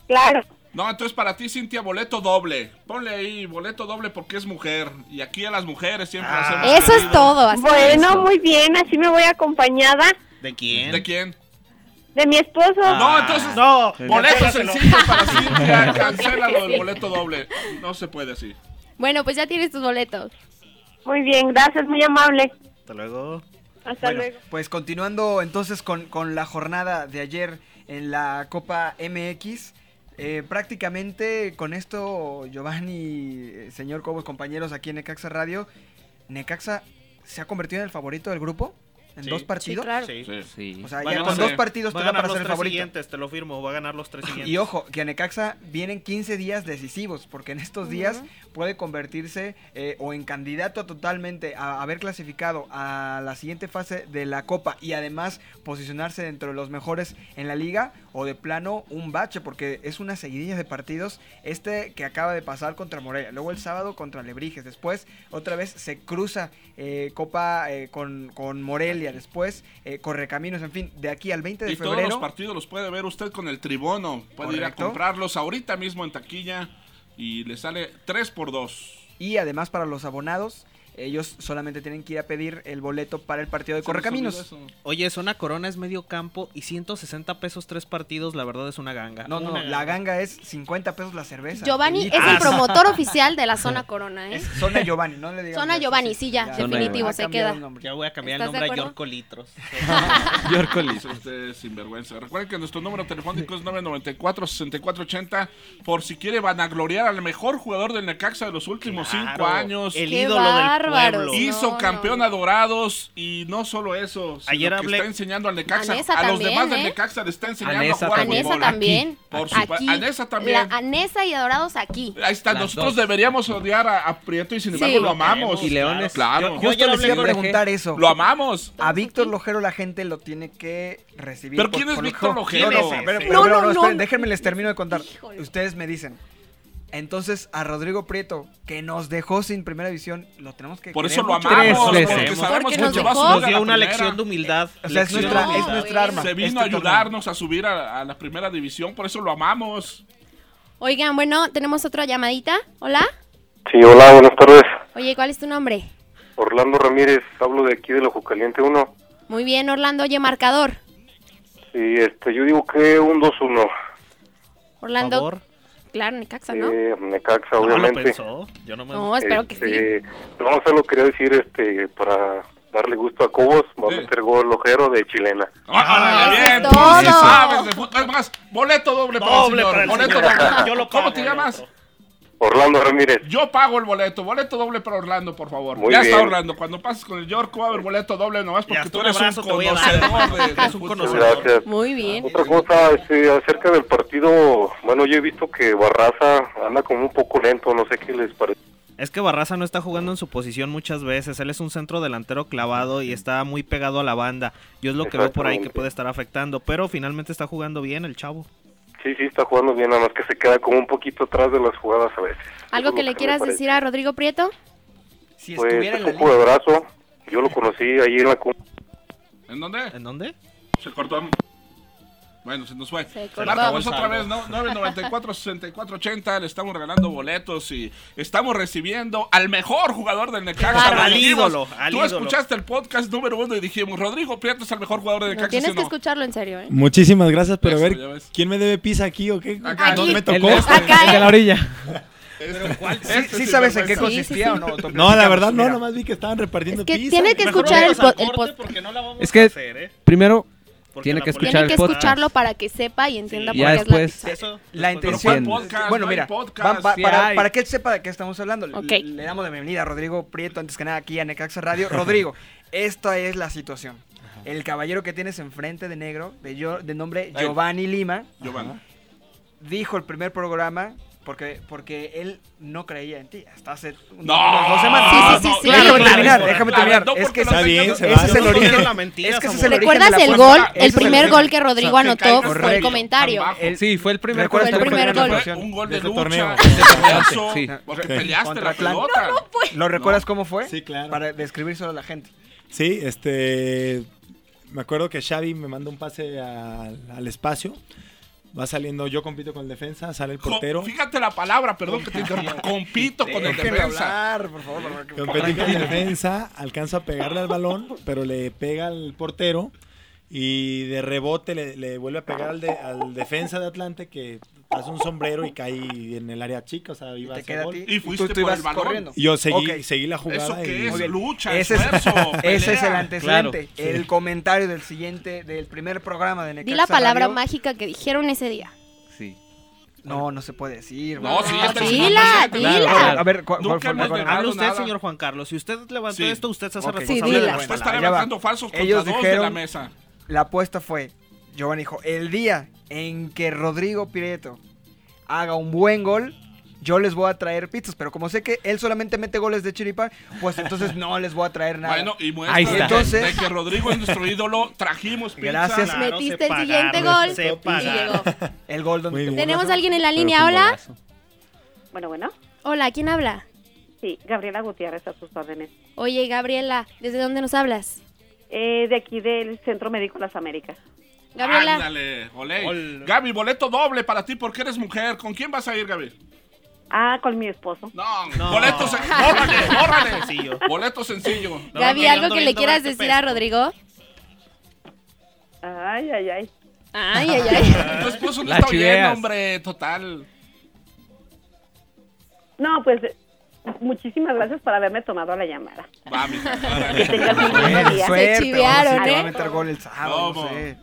[SPEAKER 13] Claro.
[SPEAKER 20] No, entonces para ti, Cintia, boleto doble. Ponle ahí, boleto doble porque es mujer. Y aquí a las mujeres siempre
[SPEAKER 18] Ah.
[SPEAKER 20] hacemos
[SPEAKER 22] Eso es
[SPEAKER 20] pedido.
[SPEAKER 22] todo. así
[SPEAKER 13] Bueno,
[SPEAKER 22] es.
[SPEAKER 13] muy bien, así me voy acompañada
[SPEAKER 23] ¿De quién?
[SPEAKER 20] ¿De quién?
[SPEAKER 13] de mi esposo.
[SPEAKER 20] No, entonces,
[SPEAKER 23] No,
[SPEAKER 20] boleto
[SPEAKER 23] Cancélalo.
[SPEAKER 20] sencillo para Cintia. Cancélalo el boleto doble. No se puede así.
[SPEAKER 22] Bueno, pues ya tienes tus boletos.
[SPEAKER 13] Muy bien, gracias, muy amable.
[SPEAKER 23] Hasta luego.
[SPEAKER 13] Hasta
[SPEAKER 18] Bueno,
[SPEAKER 13] luego.
[SPEAKER 18] Pues continuando entonces con, con la jornada de ayer en la Copa MX. eh, prácticamente con esto, Giovanni, eh, señor Cobos, compañeros aquí en Necaxa Radio, Necaxa se ha convertido en el favorito del grupo en
[SPEAKER 23] Sí.
[SPEAKER 18] dos
[SPEAKER 23] Sí,
[SPEAKER 18] partidos.
[SPEAKER 23] claro. Sí.
[SPEAKER 18] O sea,
[SPEAKER 23] Va a
[SPEAKER 18] ya
[SPEAKER 23] ganar
[SPEAKER 18] con
[SPEAKER 23] los
[SPEAKER 18] dos partidos
[SPEAKER 23] va
[SPEAKER 18] te
[SPEAKER 23] a
[SPEAKER 18] da
[SPEAKER 23] ganar
[SPEAKER 18] para
[SPEAKER 23] los
[SPEAKER 18] ser el
[SPEAKER 23] tres
[SPEAKER 18] favorito.
[SPEAKER 23] siguientes, te lo firmo, va a ganar los tres siguientes.
[SPEAKER 18] Y ojo, que a Necaxa vienen 15 días decisivos, porque en estos días puede convertirse eh, o en candidato totalmente a haber clasificado a la siguiente fase de la Copa y además posicionarse dentro de los mejores en la liga o de plano un bache, porque es una seguidilla de partidos este que acaba de pasar contra Morelia, luego el sábado contra Lebrijes, después otra vez se cruza eh, Copa eh, con, con Morelia, después eh, Correcaminos, en fin, de aquí al 20 de
[SPEAKER 20] Y todos los
[SPEAKER 18] febrero.
[SPEAKER 20] partidos los puede ver usted con el tribono. Puede ir a
[SPEAKER 18] Correcto.
[SPEAKER 20] comprarlos ahorita mismo en taquilla y le sale 3 por 2
[SPEAKER 18] Y además para los abonados, ellos solamente tienen que ir a pedir el boleto para el partido de
[SPEAKER 20] Se nos
[SPEAKER 18] Correcaminos.
[SPEAKER 20] olvidó eso.
[SPEAKER 23] Oye, Zona Corona es medio campo y 160 pesos tres partidos, la verdad es una ganga.
[SPEAKER 18] No, no,
[SPEAKER 23] Una
[SPEAKER 18] la ganga es 50 pesos la cerveza.
[SPEAKER 22] Giovanni
[SPEAKER 18] Y-
[SPEAKER 22] es el promotor oficial de la zona corona, ¿eh?
[SPEAKER 18] Es Zona Giovanni, no le digamos.
[SPEAKER 22] Zona
[SPEAKER 18] eso,
[SPEAKER 22] Giovanni, sí, ya,
[SPEAKER 18] Zona
[SPEAKER 22] definitivo,
[SPEAKER 18] Giovanni.
[SPEAKER 22] se
[SPEAKER 18] Ha cambiado
[SPEAKER 22] queda.
[SPEAKER 18] el nombre.
[SPEAKER 23] Ya voy a cambiar el
[SPEAKER 22] ¿Estás de
[SPEAKER 23] nombre a
[SPEAKER 22] acuerdo?
[SPEAKER 23] Yorko Litros.
[SPEAKER 21] Yorko
[SPEAKER 20] Es usted este, sinvergüenza. Recuerden que nuestro número telefónico es 994-6480. Por si quiere vanagloriar al mejor jugador del Necaxa de los últimos 5
[SPEAKER 23] Claro,
[SPEAKER 20] años.
[SPEAKER 23] El
[SPEAKER 22] Qué
[SPEAKER 23] ídolo del
[SPEAKER 22] bárbaros.
[SPEAKER 23] pueblo.
[SPEAKER 22] Y-
[SPEAKER 20] Hizo
[SPEAKER 22] No,
[SPEAKER 20] campeón a Dorados y no solo eso, sino
[SPEAKER 23] Ayer
[SPEAKER 20] que
[SPEAKER 23] hablé-
[SPEAKER 20] está enseñando al Necaxa,
[SPEAKER 22] A
[SPEAKER 20] a,
[SPEAKER 22] Nesa
[SPEAKER 20] los
[SPEAKER 22] también,
[SPEAKER 20] demás del
[SPEAKER 22] ¿eh?
[SPEAKER 20] Necaxa le está enseñando
[SPEAKER 21] A Nesa
[SPEAKER 20] a jugar
[SPEAKER 22] Anesa
[SPEAKER 20] fútbol.
[SPEAKER 22] también.
[SPEAKER 20] Por supuesto.
[SPEAKER 22] Aquí.
[SPEAKER 20] Anesa también.
[SPEAKER 22] La Anesa y Adorados aquí.
[SPEAKER 20] Ahí está,
[SPEAKER 21] Las
[SPEAKER 20] nosotros
[SPEAKER 21] dos.
[SPEAKER 20] deberíamos odiar a, a Prieto y sin
[SPEAKER 22] Sí.
[SPEAKER 20] embargo lo amamos.
[SPEAKER 21] Y Leones.
[SPEAKER 20] Claro.
[SPEAKER 18] Yo
[SPEAKER 23] ayer
[SPEAKER 18] justo les
[SPEAKER 23] hablé
[SPEAKER 18] iba a
[SPEAKER 23] con-
[SPEAKER 18] preguntar eso.
[SPEAKER 20] Lo amamos.
[SPEAKER 18] A Víctor Lojero la gente lo tiene que recibir.
[SPEAKER 20] ¿Pero
[SPEAKER 18] por-
[SPEAKER 20] quién es
[SPEAKER 18] por
[SPEAKER 20] Víctor
[SPEAKER 18] lo-
[SPEAKER 20] Lojero?
[SPEAKER 18] No, no,
[SPEAKER 20] ¿Quién es
[SPEAKER 18] pero-
[SPEAKER 20] ese?
[SPEAKER 18] pero-
[SPEAKER 22] No,
[SPEAKER 18] pero-
[SPEAKER 22] no,
[SPEAKER 18] no,
[SPEAKER 22] no.
[SPEAKER 18] esperen, déjenme les termino de contar.
[SPEAKER 22] Híjole.
[SPEAKER 18] Ustedes me dicen. Entonces, a Rodrigo Prieto, que nos dejó sin primera visión, lo tenemos que
[SPEAKER 20] Por
[SPEAKER 18] querer
[SPEAKER 20] eso lo
[SPEAKER 18] mucho.
[SPEAKER 20] amamos.
[SPEAKER 21] Tres
[SPEAKER 20] Porque
[SPEAKER 21] veces.
[SPEAKER 20] sabemos
[SPEAKER 22] Porque
[SPEAKER 20] que
[SPEAKER 22] nos
[SPEAKER 20] Chivas
[SPEAKER 22] dejó.
[SPEAKER 20] no
[SPEAKER 23] Nos
[SPEAKER 20] gana
[SPEAKER 23] dio una
[SPEAKER 20] primera.
[SPEAKER 23] lección de humildad.
[SPEAKER 18] O sea, es
[SPEAKER 23] Lección
[SPEAKER 18] nuestra,
[SPEAKER 22] No,
[SPEAKER 27] de
[SPEAKER 18] es
[SPEAKER 22] güey.
[SPEAKER 18] nuestra arma.
[SPEAKER 20] Se
[SPEAKER 18] este
[SPEAKER 20] vino a
[SPEAKER 18] torneo.
[SPEAKER 20] ayudarnos a subir a, a la primera división, por eso lo amamos.
[SPEAKER 22] Oigan, bueno, tenemos otra llamadita. Hola.
[SPEAKER 26] Sí, hola, buenas tardes.
[SPEAKER 22] Oye, ¿cuál es tu nombre?
[SPEAKER 26] Orlando Ramírez, hablo de aquí del Ojo Caliente 1.
[SPEAKER 22] Muy bien, Orlando. Oye, marcador.
[SPEAKER 26] Sí, este, yo digo que un 2-1.
[SPEAKER 23] Por
[SPEAKER 22] Orlando.
[SPEAKER 23] favor.
[SPEAKER 22] Claro, Necaxa, Ah, ¿no?
[SPEAKER 26] Eh, Necaxa,
[SPEAKER 23] No lo
[SPEAKER 26] obviamente.
[SPEAKER 23] pensó. Yo no me.
[SPEAKER 22] No, espero que sí.
[SPEAKER 26] Este, No, solo quería decir este, para darle gusto a Cobos, va a
[SPEAKER 20] Sí.
[SPEAKER 26] meter gol ojero de chilena.
[SPEAKER 20] ¡Órale,
[SPEAKER 22] eso
[SPEAKER 20] bien!
[SPEAKER 22] es
[SPEAKER 20] tú sí
[SPEAKER 22] todo.
[SPEAKER 20] sabes de fútbol. Es más, boleto doble, para el
[SPEAKER 23] Doble
[SPEAKER 20] señor,
[SPEAKER 23] para el
[SPEAKER 20] boleto
[SPEAKER 23] señor.
[SPEAKER 20] doble.
[SPEAKER 23] Yo lo
[SPEAKER 20] ¿Cómo
[SPEAKER 23] pago,
[SPEAKER 20] te
[SPEAKER 23] el
[SPEAKER 20] llamas?
[SPEAKER 23] otro.
[SPEAKER 26] Orlando Ramírez.
[SPEAKER 20] Yo pago el boleto, boleto doble para Orlando, por favor.
[SPEAKER 26] Muy
[SPEAKER 20] ya está
[SPEAKER 26] bien.
[SPEAKER 20] Orlando, cuando pases con el York va a haber boleto doble nomás porque
[SPEAKER 23] hasta
[SPEAKER 20] tú
[SPEAKER 23] un
[SPEAKER 20] eres un
[SPEAKER 23] abrazo te voy a dar.
[SPEAKER 20] conocedor de-
[SPEAKER 23] Eres un
[SPEAKER 20] conocedor.
[SPEAKER 26] Gracias.
[SPEAKER 22] Muy bien.
[SPEAKER 26] Otra cosa, este, acerca del partido, bueno, yo he visto que Barraza anda como un poco lento, no sé qué les parece.
[SPEAKER 23] Es que Barraza no está jugando en su posición muchas veces. Él es un centro delantero clavado y está muy pegado a la banda. Yo es lo que veo por ahí que
[SPEAKER 26] Exactamente.
[SPEAKER 23] puede estar afectando. Pero finalmente está jugando bien el chavo.
[SPEAKER 26] Sí, sí, está jugando bien, nada más que se queda como un poquito atrás de las jugadas a veces.
[SPEAKER 22] ¿Algo
[SPEAKER 26] Eso
[SPEAKER 22] que
[SPEAKER 26] es lo me
[SPEAKER 22] le quieras
[SPEAKER 26] parece.
[SPEAKER 22] decir a Rodrigo Prieto?
[SPEAKER 26] Pues es un jugadorazo, yo lo conocí ahí en la... cum-
[SPEAKER 20] ¿En dónde?
[SPEAKER 23] ¿En dónde?
[SPEAKER 20] Se cortó. Bueno, se nos fue.
[SPEAKER 22] cortó.
[SPEAKER 20] Marcamos otra
[SPEAKER 23] Salvo.
[SPEAKER 20] vez, ¿no? 994-6480. Le estamos regalando boletos y estamos recibiendo al mejor jugador del Necaxa.
[SPEAKER 23] bárbaro.
[SPEAKER 20] Lo dijimos.
[SPEAKER 23] Al ídolo, al
[SPEAKER 20] Tú
[SPEAKER 23] ídolo.
[SPEAKER 20] escuchaste el podcast número uno y dijimos: Rodrigo Prieto es el mejor jugador del
[SPEAKER 22] No,
[SPEAKER 20] Necaxa.
[SPEAKER 22] tienes
[SPEAKER 20] ¿sí o
[SPEAKER 22] que
[SPEAKER 20] no?
[SPEAKER 22] escucharlo en serio, ¿eh?
[SPEAKER 28] Muchísimas gracias, pero
[SPEAKER 20] Eso,
[SPEAKER 28] a ver,
[SPEAKER 20] ya ves.
[SPEAKER 28] ¿quién me debe pizza aquí o qué?
[SPEAKER 20] Acá, aquí.
[SPEAKER 28] ¿Dónde me
[SPEAKER 20] El
[SPEAKER 28] tocó?
[SPEAKER 20] de este. Acá,
[SPEAKER 28] El de la
[SPEAKER 20] eh.
[SPEAKER 28] orilla.
[SPEAKER 20] Este
[SPEAKER 18] sí
[SPEAKER 20] es
[SPEAKER 18] sabes en
[SPEAKER 20] vergüenza.
[SPEAKER 18] qué consistía o no? Te
[SPEAKER 28] No, la
[SPEAKER 18] platicamos,
[SPEAKER 28] verdad, no,
[SPEAKER 18] mira.
[SPEAKER 28] nomás vi que estaban repartiendo
[SPEAKER 22] que
[SPEAKER 28] pizza.
[SPEAKER 22] tiene que
[SPEAKER 28] Mejor
[SPEAKER 22] escuchar el,
[SPEAKER 28] vamos al
[SPEAKER 22] pod- el
[SPEAKER 28] corte.
[SPEAKER 22] podcast.
[SPEAKER 21] Es que primero tiene que escuchar
[SPEAKER 22] Tiene que
[SPEAKER 21] el podcast.
[SPEAKER 22] escucharlo para que sepa y entienda
[SPEAKER 21] Sí.
[SPEAKER 22] por
[SPEAKER 21] Ya
[SPEAKER 22] qué
[SPEAKER 21] después-
[SPEAKER 22] es la pizza.
[SPEAKER 18] Eh, La
[SPEAKER 21] Pero
[SPEAKER 18] intención.
[SPEAKER 21] ¿cuál podcast?
[SPEAKER 18] bueno,
[SPEAKER 21] No hay
[SPEAKER 18] mira,
[SPEAKER 21] podcast.
[SPEAKER 18] va- va-
[SPEAKER 21] Sí
[SPEAKER 18] para,
[SPEAKER 21] hay.
[SPEAKER 18] para que él sepa de qué estamos hablando, le-
[SPEAKER 22] Ok.
[SPEAKER 18] le damos la bienvenida a Rodrigo Prieto, antes que nada aquí a Necaxa Radio. Rodrigo, esta es la situación. El caballero que tienes enfrente de negro, de, yo- de nombre
[SPEAKER 20] Ahí.
[SPEAKER 18] Giovanni Lima,
[SPEAKER 20] Giovanni.
[SPEAKER 18] dijo el primer programa porque, porque él no creía en ti hasta hace un-
[SPEAKER 20] No,
[SPEAKER 18] unas dos semanas.
[SPEAKER 20] sí, sí, sí, sí.
[SPEAKER 18] Déjame
[SPEAKER 20] No,
[SPEAKER 18] terminar,
[SPEAKER 20] no,
[SPEAKER 18] déjame
[SPEAKER 20] no,
[SPEAKER 18] terminar.
[SPEAKER 20] no,
[SPEAKER 18] es
[SPEAKER 20] porque
[SPEAKER 18] que
[SPEAKER 20] no tengas-
[SPEAKER 18] ese
[SPEAKER 20] Bien, se
[SPEAKER 18] es el
[SPEAKER 20] va.
[SPEAKER 18] origen.
[SPEAKER 20] La mentira,
[SPEAKER 18] es que ese es el
[SPEAKER 20] Samuel.
[SPEAKER 18] origen
[SPEAKER 22] ¿Recuerdas
[SPEAKER 18] de la
[SPEAKER 22] el
[SPEAKER 18] fuerza.
[SPEAKER 22] gol?
[SPEAKER 18] Ese
[SPEAKER 22] El
[SPEAKER 18] es
[SPEAKER 22] primer
[SPEAKER 18] origen.
[SPEAKER 22] gol que Rodrigo
[SPEAKER 20] O sea, que
[SPEAKER 22] anotó
[SPEAKER 20] caigas
[SPEAKER 18] por
[SPEAKER 22] fue el
[SPEAKER 18] el
[SPEAKER 22] comentario.
[SPEAKER 20] tan bajo.
[SPEAKER 18] El-
[SPEAKER 21] Sí, fue el primer
[SPEAKER 18] Recuerda
[SPEAKER 21] gol.
[SPEAKER 18] Fue el primer
[SPEAKER 22] gol.
[SPEAKER 20] Fue Un gol de
[SPEAKER 28] De este
[SPEAKER 20] lucha.
[SPEAKER 28] torneo.
[SPEAKER 20] de peleazo,
[SPEAKER 21] Sí.
[SPEAKER 20] Porque
[SPEAKER 28] Sí.
[SPEAKER 20] peleaste la
[SPEAKER 18] Contra Atlanta.
[SPEAKER 20] pelota.
[SPEAKER 22] pues.
[SPEAKER 18] ¿Lo recuerdas cómo fue?
[SPEAKER 28] Sí, claro.
[SPEAKER 18] Para describir solo a la gente.
[SPEAKER 28] Sí, este. Me acuerdo que Xavi me manda un pase al, al espacio. Va saliendo, yo compito con el defensa, sale el
[SPEAKER 20] Co-
[SPEAKER 28] portero.
[SPEAKER 20] Fíjate la palabra, perdón que te interrumpa. Compito con el
[SPEAKER 18] Déjenme
[SPEAKER 20] defensa.
[SPEAKER 18] hablar, por favor. por favor, que-
[SPEAKER 28] Compito con el defensa, alcanza a pegarle al balón, pero le pega al portero. Y de rebote le, le vuelve a pegar al, de- al defensa de Atlante que hace un sombrero y cae en el área chica. O sea, iba a
[SPEAKER 18] Te
[SPEAKER 28] hacer
[SPEAKER 18] queda a
[SPEAKER 28] gol.
[SPEAKER 18] ti.
[SPEAKER 20] Y fuiste
[SPEAKER 18] tú,
[SPEAKER 20] por
[SPEAKER 18] tú ibas
[SPEAKER 20] el balón.
[SPEAKER 18] corriendo.
[SPEAKER 28] Y Yo seguí,
[SPEAKER 18] Ok.
[SPEAKER 28] seguí la jugada.
[SPEAKER 20] ¿Eso
[SPEAKER 28] y-
[SPEAKER 20] qué
[SPEAKER 18] Muy
[SPEAKER 20] es?
[SPEAKER 18] bien.
[SPEAKER 20] Lucha,
[SPEAKER 18] Ese es-
[SPEAKER 20] esfuerzo.
[SPEAKER 18] Ese es el
[SPEAKER 20] pelea.
[SPEAKER 18] antecedente,
[SPEAKER 21] Claro, sí.
[SPEAKER 18] el comentario del siguiente, del primer programa de Necaxa
[SPEAKER 22] Di la palabra
[SPEAKER 18] Radio.
[SPEAKER 22] mágica que dijeron ese día.
[SPEAKER 21] Sí.
[SPEAKER 18] No, no se puede decir.
[SPEAKER 20] No, sí, ya está
[SPEAKER 22] Ah, Dila,
[SPEAKER 20] diciendo más.
[SPEAKER 22] dila.
[SPEAKER 18] Claro,
[SPEAKER 23] Ah,
[SPEAKER 18] claro. A ver, ¿cuál,
[SPEAKER 20] Nunca
[SPEAKER 18] cuál fue?
[SPEAKER 20] hemos
[SPEAKER 18] ¿Cuál fue?
[SPEAKER 20] ganado.
[SPEAKER 23] Habla usted,
[SPEAKER 20] nada.
[SPEAKER 23] señor Juan Carlos. Si usted levantó
[SPEAKER 20] Sí.
[SPEAKER 23] esto, usted se hace
[SPEAKER 18] Ok.
[SPEAKER 23] responsable
[SPEAKER 22] Sí,
[SPEAKER 23] de
[SPEAKER 22] dila.
[SPEAKER 23] la
[SPEAKER 20] Usted
[SPEAKER 18] Bueno,
[SPEAKER 20] está
[SPEAKER 18] ya
[SPEAKER 20] levantando falsos contra
[SPEAKER 18] Ellos
[SPEAKER 20] dos de la
[SPEAKER 18] dijeron-
[SPEAKER 20] mesa.
[SPEAKER 18] La apuesta fue, Giovanni dijo, el día en que Rodrigo Pireto haga un buen gol, yo les voy a traer pizzas. Pero como sé que él solamente mete goles de chiripa, pues entonces no les voy a traer nada.
[SPEAKER 20] Bueno, y
[SPEAKER 23] Ahí
[SPEAKER 20] muestra
[SPEAKER 23] está.
[SPEAKER 20] Entonces, de
[SPEAKER 18] Entonces-
[SPEAKER 20] que Rodrigo es nuestro ídolo. Trajimos pizza.
[SPEAKER 18] Gracias.
[SPEAKER 23] Claro,
[SPEAKER 22] Metiste
[SPEAKER 23] se
[SPEAKER 22] el siguiente
[SPEAKER 23] pagaron,
[SPEAKER 22] gol
[SPEAKER 23] se
[SPEAKER 22] y
[SPEAKER 23] pagaron.
[SPEAKER 22] llegó.
[SPEAKER 18] el gol donde...
[SPEAKER 28] Muy
[SPEAKER 18] te
[SPEAKER 28] bien.
[SPEAKER 18] burlas,
[SPEAKER 22] Tenemos
[SPEAKER 18] ¿no?
[SPEAKER 22] a alguien en la
[SPEAKER 21] Pero
[SPEAKER 22] línea.
[SPEAKER 21] fue un
[SPEAKER 22] Hola.
[SPEAKER 21] golazo.
[SPEAKER 14] Bueno, bueno.
[SPEAKER 22] Hola, ¿quién habla?
[SPEAKER 14] Sí, Gabriela Gutiérrez a sus órdenes.
[SPEAKER 22] Oye, Gabriela, ¿desde dónde nos hablas?
[SPEAKER 14] Eh, de aquí del Centro Médico Las Américas.
[SPEAKER 22] Gabriela,
[SPEAKER 20] Ándale, olé.
[SPEAKER 23] Ol-
[SPEAKER 20] Gaby, boleto doble para ti porque eres mujer. ¿Con quién vas a ir, Gaby?
[SPEAKER 14] Ah, con mi esposo.
[SPEAKER 20] No,
[SPEAKER 23] No.
[SPEAKER 20] boleto sencillo. Bórrale, bórrale.
[SPEAKER 23] Sencillo.
[SPEAKER 20] Boleto sencillo.
[SPEAKER 23] No,
[SPEAKER 22] Gaby,
[SPEAKER 23] no,
[SPEAKER 22] ¿algo
[SPEAKER 23] no,
[SPEAKER 22] que
[SPEAKER 23] no,
[SPEAKER 22] le
[SPEAKER 23] no,
[SPEAKER 22] quieras
[SPEAKER 23] no, no,
[SPEAKER 22] decir
[SPEAKER 23] no,
[SPEAKER 22] a
[SPEAKER 23] no.
[SPEAKER 22] Rodrigo?
[SPEAKER 14] Ay, ay, ay.
[SPEAKER 22] Ay, ay, ay.
[SPEAKER 20] Tu esposo no
[SPEAKER 21] La
[SPEAKER 20] está bien,
[SPEAKER 21] chiveas.
[SPEAKER 20] hombre. Total.
[SPEAKER 14] No, pues eh, muchísimas gracias por haberme tomado la llamada.
[SPEAKER 20] Va, mija,
[SPEAKER 14] Que
[SPEAKER 20] órale.
[SPEAKER 14] tengas un lindo
[SPEAKER 18] Bueno,
[SPEAKER 14] día.
[SPEAKER 18] suerte, vamos, si
[SPEAKER 22] chivearon,
[SPEAKER 18] te va a
[SPEAKER 22] ¿eh?
[SPEAKER 18] meter gol el sábado, no
[SPEAKER 20] ¿Cómo?
[SPEAKER 18] sé.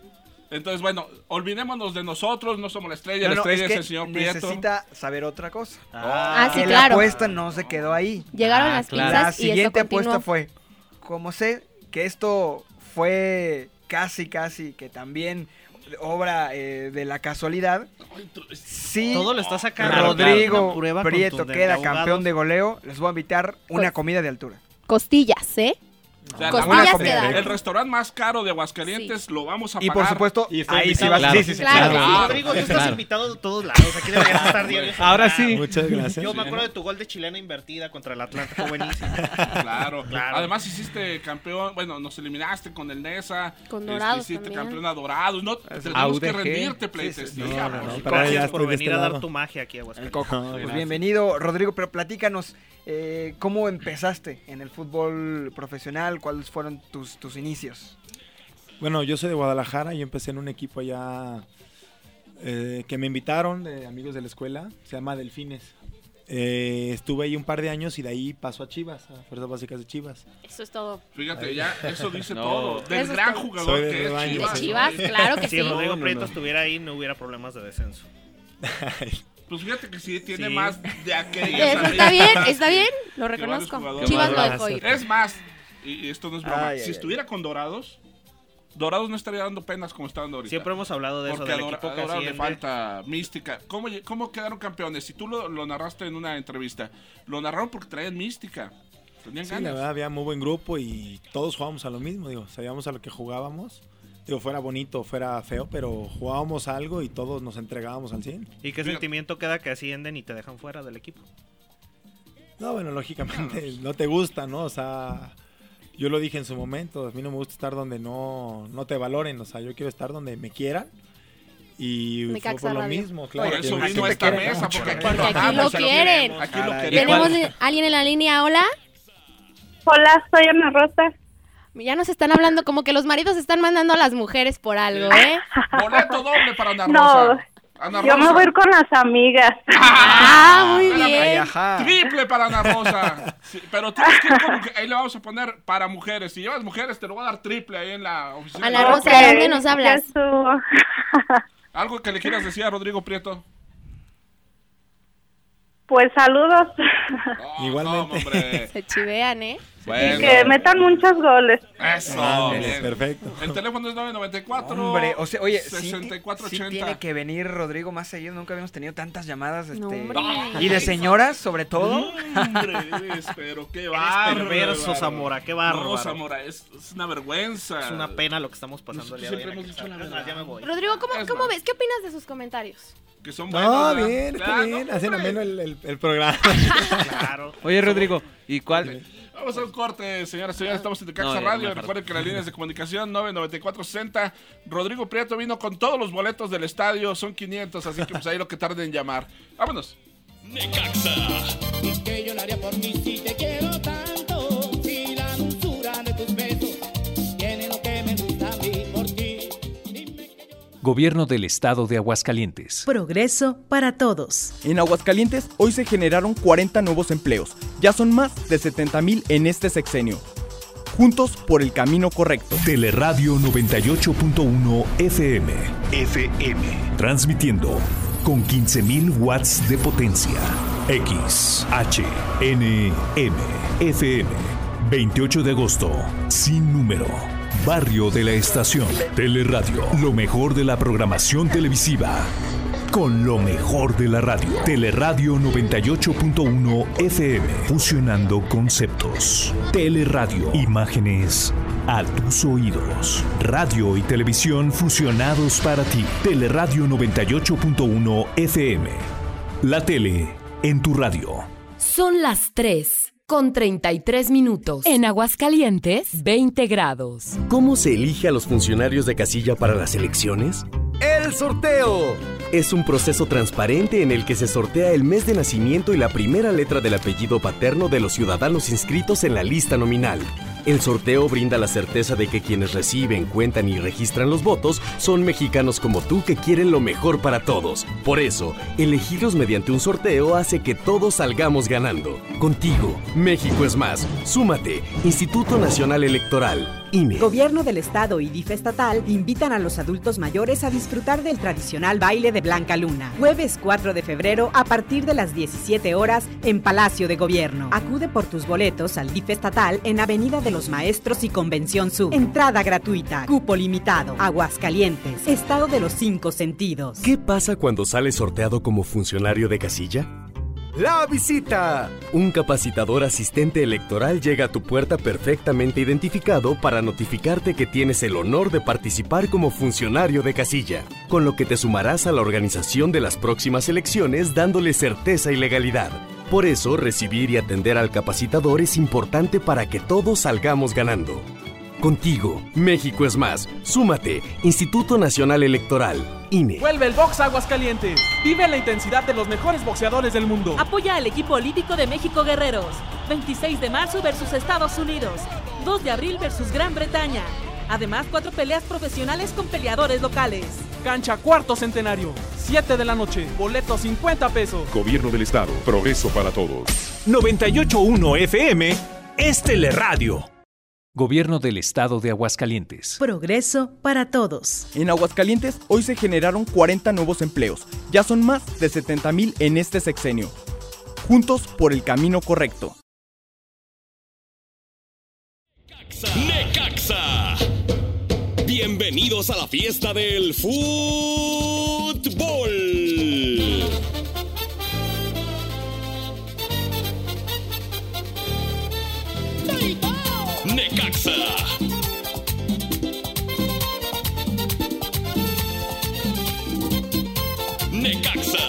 [SPEAKER 20] Entonces, bueno, olvidémonos de nosotros, no somos la estrella,
[SPEAKER 18] No,
[SPEAKER 20] la
[SPEAKER 18] no,
[SPEAKER 20] estrella es,
[SPEAKER 18] es que
[SPEAKER 20] el señor Prieto.
[SPEAKER 18] necesita saber otra cosa.
[SPEAKER 22] Ah, sí,
[SPEAKER 18] que la
[SPEAKER 22] claro.
[SPEAKER 18] apuesta no se quedó ahí.
[SPEAKER 22] Llegaron
[SPEAKER 21] Ah,
[SPEAKER 22] las
[SPEAKER 21] claro.
[SPEAKER 22] pizzas
[SPEAKER 18] La
[SPEAKER 22] y esto
[SPEAKER 18] siguiente
[SPEAKER 22] continuó.
[SPEAKER 18] apuesta fue, como sé que esto fue casi, casi, que también obra eh, de la casualidad, sí.
[SPEAKER 23] Todo lo está sacando.
[SPEAKER 18] Rodrigo
[SPEAKER 23] Una prueba
[SPEAKER 18] Prieto
[SPEAKER 23] contundente,
[SPEAKER 18] queda
[SPEAKER 23] abogados.
[SPEAKER 18] campeón de goleo. Les voy a invitar
[SPEAKER 22] Pues,
[SPEAKER 18] una comida de altura.
[SPEAKER 22] Costillas, ¿eh?
[SPEAKER 20] O sea,
[SPEAKER 22] Costillas
[SPEAKER 20] la-
[SPEAKER 22] quedaron.
[SPEAKER 20] El restaurante más caro de Aguascalientes lo vamos a
[SPEAKER 18] Y
[SPEAKER 20] pagar.
[SPEAKER 18] por supuesto,
[SPEAKER 28] Y fue
[SPEAKER 18] ahí sí
[SPEAKER 28] invitado.
[SPEAKER 18] vas.
[SPEAKER 21] Claro.
[SPEAKER 18] Sí, sí, sí.
[SPEAKER 22] Claro.
[SPEAKER 20] Claro.
[SPEAKER 23] Rodrigo, tú estás
[SPEAKER 21] Claro.
[SPEAKER 23] invitado de todos lados. Aquí deberías estar diario.
[SPEAKER 21] Ahora sí.
[SPEAKER 28] Muchas gracias.
[SPEAKER 23] Yo me acuerdo de tu gol de chilena invertida contra el Atlanta. Fue buenísimo.
[SPEAKER 20] Claro.
[SPEAKER 23] Claro.
[SPEAKER 20] Además hiciste campeón, bueno, nos eliminaste con el NESA.
[SPEAKER 22] Con
[SPEAKER 20] este,
[SPEAKER 22] Dorados
[SPEAKER 20] hiciste
[SPEAKER 22] también.
[SPEAKER 20] campeón a Dorados. No, tenemos que
[SPEAKER 21] AUDG.
[SPEAKER 20] rendirte,
[SPEAKER 28] No,
[SPEAKER 20] pleitesía.
[SPEAKER 28] no, no,
[SPEAKER 20] por
[SPEAKER 28] para
[SPEAKER 20] supuesto.
[SPEAKER 28] allá
[SPEAKER 23] Gracias
[SPEAKER 28] estoy
[SPEAKER 23] por
[SPEAKER 28] de
[SPEAKER 23] venir
[SPEAKER 28] este
[SPEAKER 23] a dar
[SPEAKER 28] lado.
[SPEAKER 23] tu magia aquí a
[SPEAKER 18] El
[SPEAKER 23] Aguascalientes.
[SPEAKER 18] coco.
[SPEAKER 28] No,
[SPEAKER 18] pues
[SPEAKER 28] gracias.
[SPEAKER 18] bienvenido, Rodrigo, pero platícanos eh, cómo empezaste en el fútbol profesional, cuáles fueron tus, tus inicios.
[SPEAKER 28] Bueno, yo soy de Guadalajara y empecé en un equipo allá eh, que me invitaron de amigos de la escuela, se llama Delfines. Eh, estuve ahí un par de años y de ahí pasó a Chivas, a Fuerzas Básicas de Chivas.
[SPEAKER 22] Eso es todo.
[SPEAKER 20] Fíjate, ya eso dice
[SPEAKER 21] No.
[SPEAKER 20] todo. Del
[SPEAKER 22] Eso es
[SPEAKER 20] gran
[SPEAKER 22] todo.
[SPEAKER 20] jugador
[SPEAKER 28] Soy de
[SPEAKER 20] que
[SPEAKER 28] rebaño,
[SPEAKER 20] es
[SPEAKER 22] De
[SPEAKER 28] Chivas.
[SPEAKER 20] Chivas.
[SPEAKER 22] Chivas, claro que
[SPEAKER 23] Si
[SPEAKER 22] sí.
[SPEAKER 23] Rodrigo
[SPEAKER 28] no,
[SPEAKER 23] Prieto
[SPEAKER 28] no.
[SPEAKER 23] estuviera ahí, no hubiera problemas de descenso.
[SPEAKER 20] Pues fíjate que sí tiene más de aquellos.
[SPEAKER 22] Eso está bien, está bien, lo reconozco. Chivas lo dejó ir.
[SPEAKER 20] Es más, y y esto no es broma,
[SPEAKER 23] Ay, ay,
[SPEAKER 20] si
[SPEAKER 23] ay.
[SPEAKER 20] estuviera con Dorados, Dorados no estaría dando penas como está dando ahorita.
[SPEAKER 23] Siempre hemos hablado de eso,
[SPEAKER 20] Porque
[SPEAKER 23] del
[SPEAKER 20] a Dora-
[SPEAKER 23] equipo
[SPEAKER 20] a
[SPEAKER 23] que
[SPEAKER 20] Dorados le
[SPEAKER 23] asciende.
[SPEAKER 20] falta mística. ¿Cómo, lle- cómo quedaron campeones? Si tú lo, lo narraste en una entrevista, lo narraron porque traían mística. Tenían
[SPEAKER 28] Sí, la
[SPEAKER 20] ganas.
[SPEAKER 28] verdad había muy buen grupo y todos jugábamos a lo mismo, digo, sabíamos a lo que jugábamos. Digo, fuera bonito, fuera feo, pero jugábamos a algo y todos nos entregábamos al 100.
[SPEAKER 23] ¿Y qué sentimiento queda que ascienden y te dejan fuera del equipo?
[SPEAKER 28] No, bueno, lógicamente no te gusta, ¿no? O sea, yo lo dije en su momento, a mí no me gusta estar donde no, no te valoren, o sea, yo quiero estar donde me quieran. Y fue
[SPEAKER 22] Me caxa
[SPEAKER 28] por lo
[SPEAKER 22] radio.
[SPEAKER 28] mismo,
[SPEAKER 20] Por
[SPEAKER 28] claro.
[SPEAKER 20] eso
[SPEAKER 28] que-
[SPEAKER 20] vino
[SPEAKER 28] que te
[SPEAKER 20] a esta
[SPEAKER 28] quieren
[SPEAKER 20] mesa,
[SPEAKER 28] mucho.
[SPEAKER 20] porque aquí
[SPEAKER 22] Porque aquí lo quieren.
[SPEAKER 20] Aquí lo
[SPEAKER 22] Tenemos eh, alguien en la línea, hola.
[SPEAKER 13] Hola, soy Ana Rosa.
[SPEAKER 22] Ya nos están hablando como que los maridos están mandando a las mujeres por algo, ¿eh?
[SPEAKER 20] Boleto doble para Ana
[SPEAKER 13] No,
[SPEAKER 20] Rosa. Ana
[SPEAKER 13] yo me
[SPEAKER 20] Rosa.
[SPEAKER 13] voy a ir con las amigas.
[SPEAKER 22] Ah, muy bien.
[SPEAKER 20] Triple para Ana Rosa. Sí, pero tienes que ir con mujer- ahí le vamos a poner para mujeres. Si llevas mujeres, te lo voy a dar triple ahí en la oficina.
[SPEAKER 22] Ana Rosa, ¿de dónde nos hablas?
[SPEAKER 20] Algo que le quieras decir a Rodrigo Prieto.
[SPEAKER 13] Pues saludos
[SPEAKER 28] Igualmente.
[SPEAKER 20] Hombre.
[SPEAKER 22] Se chivean, ¿eh?
[SPEAKER 13] y que
[SPEAKER 20] Bueno.
[SPEAKER 13] metan muchos goles.
[SPEAKER 20] Eso.
[SPEAKER 28] Ándale,
[SPEAKER 20] bien.
[SPEAKER 28] perfecto.
[SPEAKER 20] El teléfono es 994.
[SPEAKER 18] Hombre, o sea, oye, sí ti-
[SPEAKER 20] 6480.
[SPEAKER 18] sí tiene que venir Rodrigo más seguido. Nunca habíamos tenido tantas llamadas.
[SPEAKER 22] No,
[SPEAKER 18] Este,
[SPEAKER 22] hombre.
[SPEAKER 18] y de señoras, sobre todo.
[SPEAKER 20] Hombre, es- pero qué bárbaro.
[SPEAKER 23] perverso, Zamora, qué bárbaro.
[SPEAKER 20] No, Zamora, es, es una vergüenza.
[SPEAKER 23] Es una pena lo que estamos pasando el día de hoy.
[SPEAKER 20] Siempre hemos dicho la verdad.
[SPEAKER 23] Ya me voy.
[SPEAKER 22] Rodrigo, ¿cómo, cómo ves? ¿Qué opinas de sus comentarios?
[SPEAKER 20] Que son
[SPEAKER 28] No,
[SPEAKER 20] buenos,
[SPEAKER 28] bien,
[SPEAKER 20] ¿verdad?
[SPEAKER 28] está
[SPEAKER 20] Ah,
[SPEAKER 28] bien,
[SPEAKER 20] no,
[SPEAKER 28] hacen
[SPEAKER 20] hombre.
[SPEAKER 28] ameno el, el- el programa.
[SPEAKER 23] Claro.
[SPEAKER 21] Oye, Rodrigo, ¿y cuál?
[SPEAKER 20] Vamos a un corte, señoras y señores. Estamos en
[SPEAKER 21] No,
[SPEAKER 20] Tecaxa
[SPEAKER 21] ya no me
[SPEAKER 20] Radio.
[SPEAKER 21] acuerdo.
[SPEAKER 20] Recuerden que las líneas de comunicación 99460. Rodrigo Prieto vino con todos los boletos del estadio. Son 500, así que pues ahí lo que tarde en llamar. Vámonos.
[SPEAKER 19] Y que yo lo haría por ti si te quiero tanto. Si la dulzura de tus besos tiene lo que me gusta a mí por ti.
[SPEAKER 1] Gobierno del Estado de Aguascalientes.
[SPEAKER 2] Progreso para todos.
[SPEAKER 3] En Aguascalientes hoy se generaron 40 nuevos empleos, ya son más de 70 mil en este sexenio. Juntos por el camino correcto.
[SPEAKER 15] Teleradio 98.1 FM. FM. Transmitiendo con 15.000 watts de potencia. X, H, N, M, FM. 28 de agosto. Sin número. Barrio de la Estación. Teleradio. Lo mejor de la programación televisiva. Con lo mejor de la radio. Teleradio 98.1 FM. Fusionando conceptos. Teleradio. Imágenes a tus oídos. Radio y televisión fusionados para ti. Teleradio 98.1 FM. La tele en tu radio.
[SPEAKER 5] Son las 3 con 33 minutos. En Aguascalientes, 20 grados.
[SPEAKER 29] ¿Cómo se elige a los funcionarios de casilla para las elecciones?
[SPEAKER 5] ¡El sorteo!
[SPEAKER 29] Es un proceso transparente en el que se sortea el mes de nacimiento y la primera letra del apellido paterno de los ciudadanos inscritos en la lista nominal. El sorteo brinda la certeza de que quienes reciben, cuentan y registran los votos son mexicanos como tú que quieren lo mejor para todos. Por eso, elegirlos mediante un sorteo hace que todos salgamos ganando. Contigo, México es más. Súmate, Instituto Nacional Electoral, INE.
[SPEAKER 30] Gobierno del Estado y DIF estatal invitan a los adultos mayores a disfrutar del tradicional baile de Blanca Luna. Jueves 4 de febrero a partir de las 17 horas en Palacio de Gobierno. Acude por tus boletos al DIF estatal en Avenida de los Maestros y Convención Sur. Entrada gratuita, cupo limitado, Aguascalientes, Estado de los Cinco Sentidos.
[SPEAKER 29] ¿Qué pasa cuando sales sorteado como funcionario de casilla? ¡La visita! Un capacitador asistente electoral llega a tu puerta perfectamente identificado para notificarte que tienes el honor de participar como funcionario de casilla, con lo que te sumarás a la organización de las próximas elecciones dándole certeza y legalidad. Por eso, recibir y atender al capacitador es importante para que todos salgamos ganando. Contigo, México es más. Súmate, Instituto Nacional Electoral, INE.
[SPEAKER 10] Vuelve el box Aguascalientes. Vive la intensidad de los mejores boxeadores del mundo.
[SPEAKER 31] Apoya al equipo olímpico de México Guerreros. 26 de marzo versus Estados Unidos. 2 de abril versus Gran Bretaña. Además, cuatro peleas profesionales con peleadores locales.
[SPEAKER 10] Cancha cuarto centenario. 7 de la noche. Boleto 50 pesos.
[SPEAKER 32] Gobierno del Estado. Progreso para todos.
[SPEAKER 28] Este
[SPEAKER 15] 981 FM es Teleradio.
[SPEAKER 1] Gobierno del Estado de Aguascalientes.
[SPEAKER 2] Progreso para todos.
[SPEAKER 3] En Aguascalientes hoy se generaron 40 nuevos empleos. Ya son más de 70 mil en este sexenio. Juntos por el camino correcto.
[SPEAKER 4] Necaxa. Bienvenidos a la fiesta del fútbol. Necaxa. Necaxa.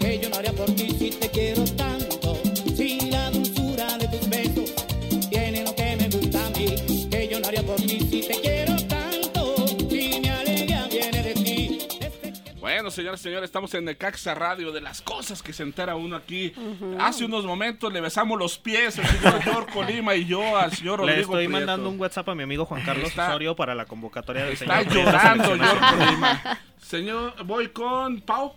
[SPEAKER 19] que yo no haría por ti si te quiero tanto. Si la dulzura de tus besos tiene lo que me gusta a mí, que yo no haría por ti si te quiero tanto. Si mi alegría viene de ti.
[SPEAKER 20] Bueno, señores, señores, estamos en Necaxa Radio, de las cosas que se entera uno aquí. Hace unos momentos le besamos los pies al señor Héctor Colima y yo al señor
[SPEAKER 23] Le
[SPEAKER 20] Rodrigo
[SPEAKER 23] estoy
[SPEAKER 20] Prieto.
[SPEAKER 23] mandando un WhatsApp a mi amigo Juan Carlos
[SPEAKER 20] Está-
[SPEAKER 23] Osorio para la convocatoria del
[SPEAKER 20] Está
[SPEAKER 23] señor. Prieto
[SPEAKER 20] llorando,
[SPEAKER 23] seleccionado.
[SPEAKER 20] señor Colima. Señor, ¿voy con Pau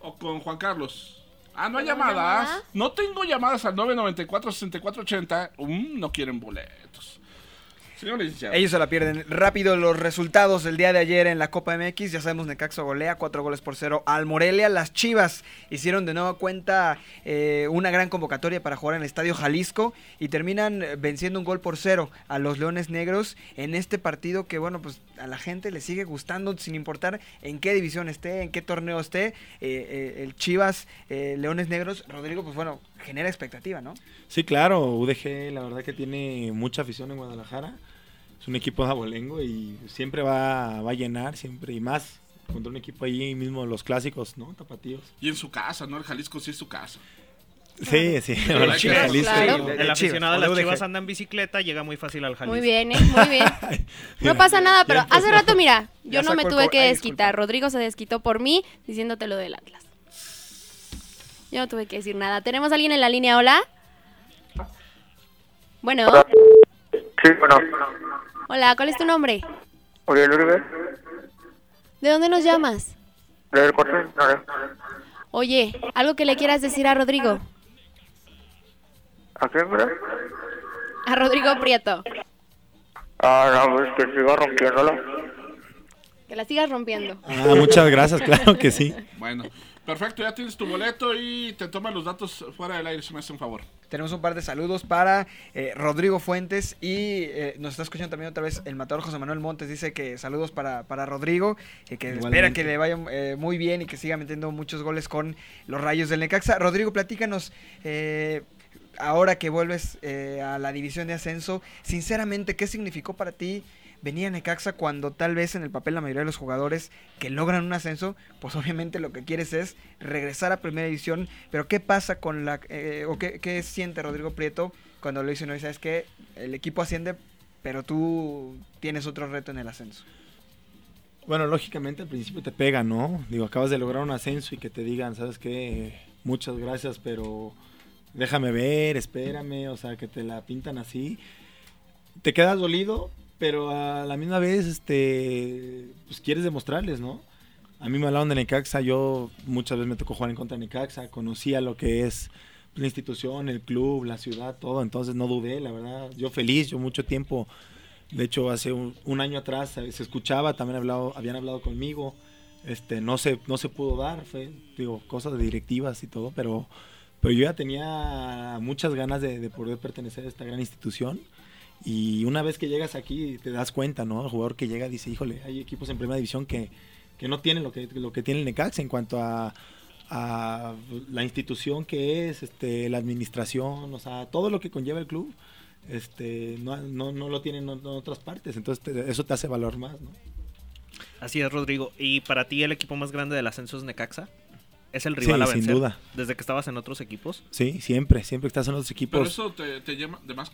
[SPEAKER 20] o con Juan Carlos? Ah, no hay
[SPEAKER 24] ¿Tenemos
[SPEAKER 20] llamadas.
[SPEAKER 24] llamada?
[SPEAKER 20] No tengo llamadas al 994-6480. Mm, no quieren boletos. Señor licenciado.
[SPEAKER 18] Ellos se la pierden rápido los resultados del día de ayer en la Copa MX. Ya sabemos, Necaxa golea cuatro goles por cero al Morelia. Las Chivas hicieron de nueva cuenta eh, una gran convocatoria para jugar en el Estadio Jalisco y terminan eh, venciendo un gol por cero a los Leones Negros en este partido que, bueno, pues a la gente le sigue gustando sin importar en qué división esté, en qué torneo esté. Eh, eh, el Chivas, eh, Leones Negros, Rodrigo, pues bueno, genera expectativa, ¿no?
[SPEAKER 28] Sí, claro, UDG la verdad que tiene mucha afición en Guadalajara. Es un equipo de abolengo y siempre va, va a llenar, siempre y más. Contra un equipo ahí mismo, los clásicos, ¿no? Tapatíos.
[SPEAKER 20] Y en su casa, ¿no? El Jalisco sí es su casa.
[SPEAKER 28] Sí, sí,
[SPEAKER 20] El
[SPEAKER 28] ahora que
[SPEAKER 20] Chivas,
[SPEAKER 28] Jalisco.
[SPEAKER 23] Claro.
[SPEAKER 28] Sí,
[SPEAKER 23] El aficionado de
[SPEAKER 28] Chivas,
[SPEAKER 23] las
[SPEAKER 28] o
[SPEAKER 23] Chivas
[SPEAKER 28] UDG.
[SPEAKER 23] anda en bicicleta, llega muy fácil al Jalisco.
[SPEAKER 22] Muy bien, ¿eh? Muy bien. No pasa nada, pero hace rato, mira, yo
[SPEAKER 23] Ya
[SPEAKER 22] no me
[SPEAKER 23] sacó el
[SPEAKER 22] tuve
[SPEAKER 23] cor-
[SPEAKER 22] que
[SPEAKER 23] ay,
[SPEAKER 22] desquitar. Rodrigo se desquitó por mí diciéndote lo del Atlas. Yo no tuve que decir nada. ¿Tenemos alguien en la línea? Hola. Bueno,
[SPEAKER 6] Sí, bueno.
[SPEAKER 22] hola, ¿cuál es tu nombre?
[SPEAKER 6] Oye, Lourdes,
[SPEAKER 22] ¿De dónde nos llamas?
[SPEAKER 6] ¿le doy el corte? No, no.
[SPEAKER 22] Oye, algo que le quieras decir a Rodrigo.
[SPEAKER 6] ¿A quién, verdad?
[SPEAKER 22] A Rodrigo Prieto.
[SPEAKER 6] Ah, no, pues que siga rompiéndola.
[SPEAKER 22] Que la sigas rompiendo.
[SPEAKER 28] Ah, muchas gracias, claro que sí.
[SPEAKER 20] Bueno, perfecto, ya tienes tu boleto y te toman los datos fuera del aire, si me hace un favor.
[SPEAKER 18] Tenemos un par de saludos para eh, Rodrigo Fuentes y eh, nos está escuchando también otra vez el matador José Manuel Montes. Dice que saludos para, para Rodrigo, eh, que espera
[SPEAKER 28] Igualmente.
[SPEAKER 18] que le vaya eh, muy bien y que siga metiendo muchos goles con los rayos del Necaxa. Rodrigo, platícanos. eh, Ahora que vuelves eh, a la división de ascenso, sinceramente, ¿qué significó para ti venir a Necaxa cuando tal vez en el papel la mayoría de los jugadores que logran un ascenso, pues obviamente lo que quieres es regresar a Primera División. Pero ¿qué pasa con la... eh, o qué, qué siente Rodrigo Prieto cuando lo dice no? Sabes que el equipo asciende, pero tú tienes otro reto en el ascenso.
[SPEAKER 28] Bueno, lógicamente al principio te pega, ¿no? Digo, acabas de lograr un ascenso y que te digan, ¿sabes qué? Muchas gracias, pero déjame ver, espérame, o sea, que te la pintan así. Te quedas dolido, pero a la misma vez, este, pues quieres demostrarles, ¿no? A mí me hablaron de Necaxa, yo muchas veces me tocó jugar en contra de Necaxa, conocía lo que es la institución, el club, la ciudad, todo, entonces no dudé, la verdad, yo feliz, yo mucho tiempo de hecho, hace un, un año atrás eh, se escuchaba, también hablado, habían hablado conmigo. Este, no se, no se pudo dar, fue, digo, cosas de directivas y todo, pero, pero yo ya tenía muchas ganas de, de poder pertenecer a esta gran institución. Y una vez que llegas aquí, te das cuenta, ¿no? El jugador que llega dice, híjole, hay equipos en primera división que, que no tienen lo que, lo que tiene el Necaxa en cuanto a, a la institución que es, este, la administración, o sea, todo lo que conlleva el club este no, no, no lo tienen en otras partes, entonces te- eso te hace valorar más, ¿no?
[SPEAKER 23] Así es, Rodrigo. ¿Y para ti el equipo más grande del ascenso es Necaxa? ¿Es el rival
[SPEAKER 28] Sí,
[SPEAKER 23] a
[SPEAKER 28] sin
[SPEAKER 23] vencer?
[SPEAKER 28] duda.
[SPEAKER 23] Desde que estabas en otros equipos.
[SPEAKER 28] Sí, siempre, siempre que estás en otros equipos.
[SPEAKER 18] Pues
[SPEAKER 20] Pero eso te, te llama de más,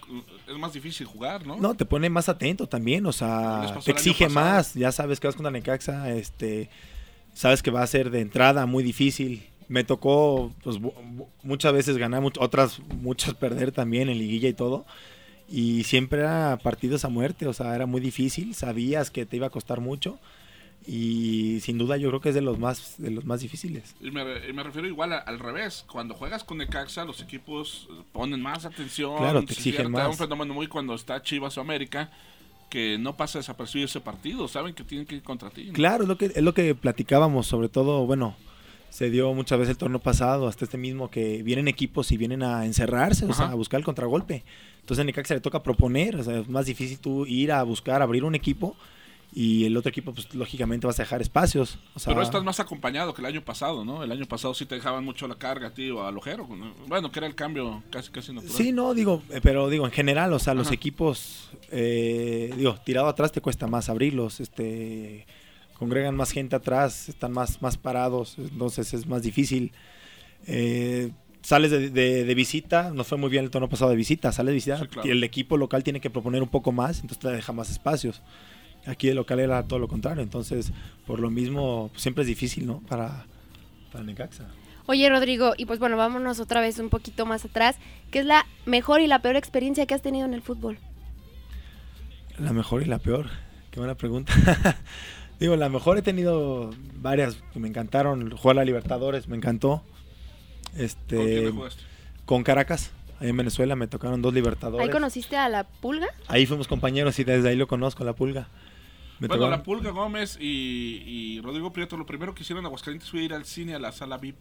[SPEAKER 20] es más difícil jugar, ¿no?
[SPEAKER 28] No, te pone más atento también, o
[SPEAKER 20] Les
[SPEAKER 28] sea,
[SPEAKER 20] pasó
[SPEAKER 28] te
[SPEAKER 20] el año
[SPEAKER 28] exige
[SPEAKER 20] pasado.
[SPEAKER 28] más, ya sabes que vas contra Necaxa, este, sabes que va a ser de entrada muy difícil. Me tocó pues, bu- bu- muchas veces ganar, much- otras muchas perder también en liguilla y todo. Y siempre era partidos a muerte, o sea, era muy difícil, sabías que te iba a costar mucho. Y sin duda yo creo que es de los más, de los más difíciles.
[SPEAKER 20] Y me, re- y me refiero igual a- al revés. Cuando juegas con Necaxa, los equipos eh, ponen más atención.
[SPEAKER 28] Claro, te
[SPEAKER 20] se
[SPEAKER 28] exigen
[SPEAKER 20] cierta,
[SPEAKER 28] más.
[SPEAKER 20] Un fenómeno muy cuando está Chivas o América, que no pasa desapercibido ese partido. Saben que tienen que ir contra ti. ¿no?
[SPEAKER 28] Claro, es lo que, es lo que platicábamos, sobre todo, bueno, se dio muchas veces el torneo pasado, hasta este mismo, que vienen equipos y vienen a encerrarse, o sea,
[SPEAKER 20] Ajá.
[SPEAKER 28] a buscar el contragolpe. Entonces a Necaxa le toca proponer, o sea, es más difícil tú ir a buscar, abrir un equipo y el otro equipo, pues lógicamente vas a dejar espacios. O sea,
[SPEAKER 20] Pero estás más acompañado que el año pasado, ¿no? El año pasado sí te dejaban mucho la carga a ti o al ojero. ¿no? Bueno, que era el cambio casi, casi natural.
[SPEAKER 28] Sí, no, digo, eh, pero digo, en general, o sea, los
[SPEAKER 20] Ajá.
[SPEAKER 28] equipos, eh, digo, tirado atrás te cuesta más abrirlos, este, congregan más gente atrás, están más, más parados, entonces es más difícil. Eh, sales de, de- de visita, nos fue muy bien el tono pasado de visita, sales de visita,
[SPEAKER 20] claro.
[SPEAKER 28] y el equipo local tiene que proponer un poco más, entonces te deja más espacios. Aquí el local era todo lo contrario, entonces, por lo mismo, pues, siempre es difícil, ¿no? Para, para Necaxa.
[SPEAKER 22] Oye, Rodrigo, y pues bueno, vámonos otra vez un poquito más atrás. ¿Qué es la mejor y la peor experiencia que has tenido en el fútbol?
[SPEAKER 28] La mejor y la peor. Qué buena pregunta. Digo, la mejor he tenido varias que me encantaron. Jugar la Libertadores, me encantó. Este,
[SPEAKER 20] ¿Con quién la jugaste?
[SPEAKER 28] con Caracas, ahí en Venezuela me tocaron dos Libertadores.
[SPEAKER 22] ¿Ahí conociste a la pulga?
[SPEAKER 28] Ahí fuimos compañeros y desde ahí lo conozco, la Pulga. Me
[SPEAKER 20] bueno,
[SPEAKER 28] tocaron-
[SPEAKER 20] la Pulga Gómez y, y Rodrigo Prieto, lo primero que hicieron en Aguascalientes fue ir al cine a la sala VIP.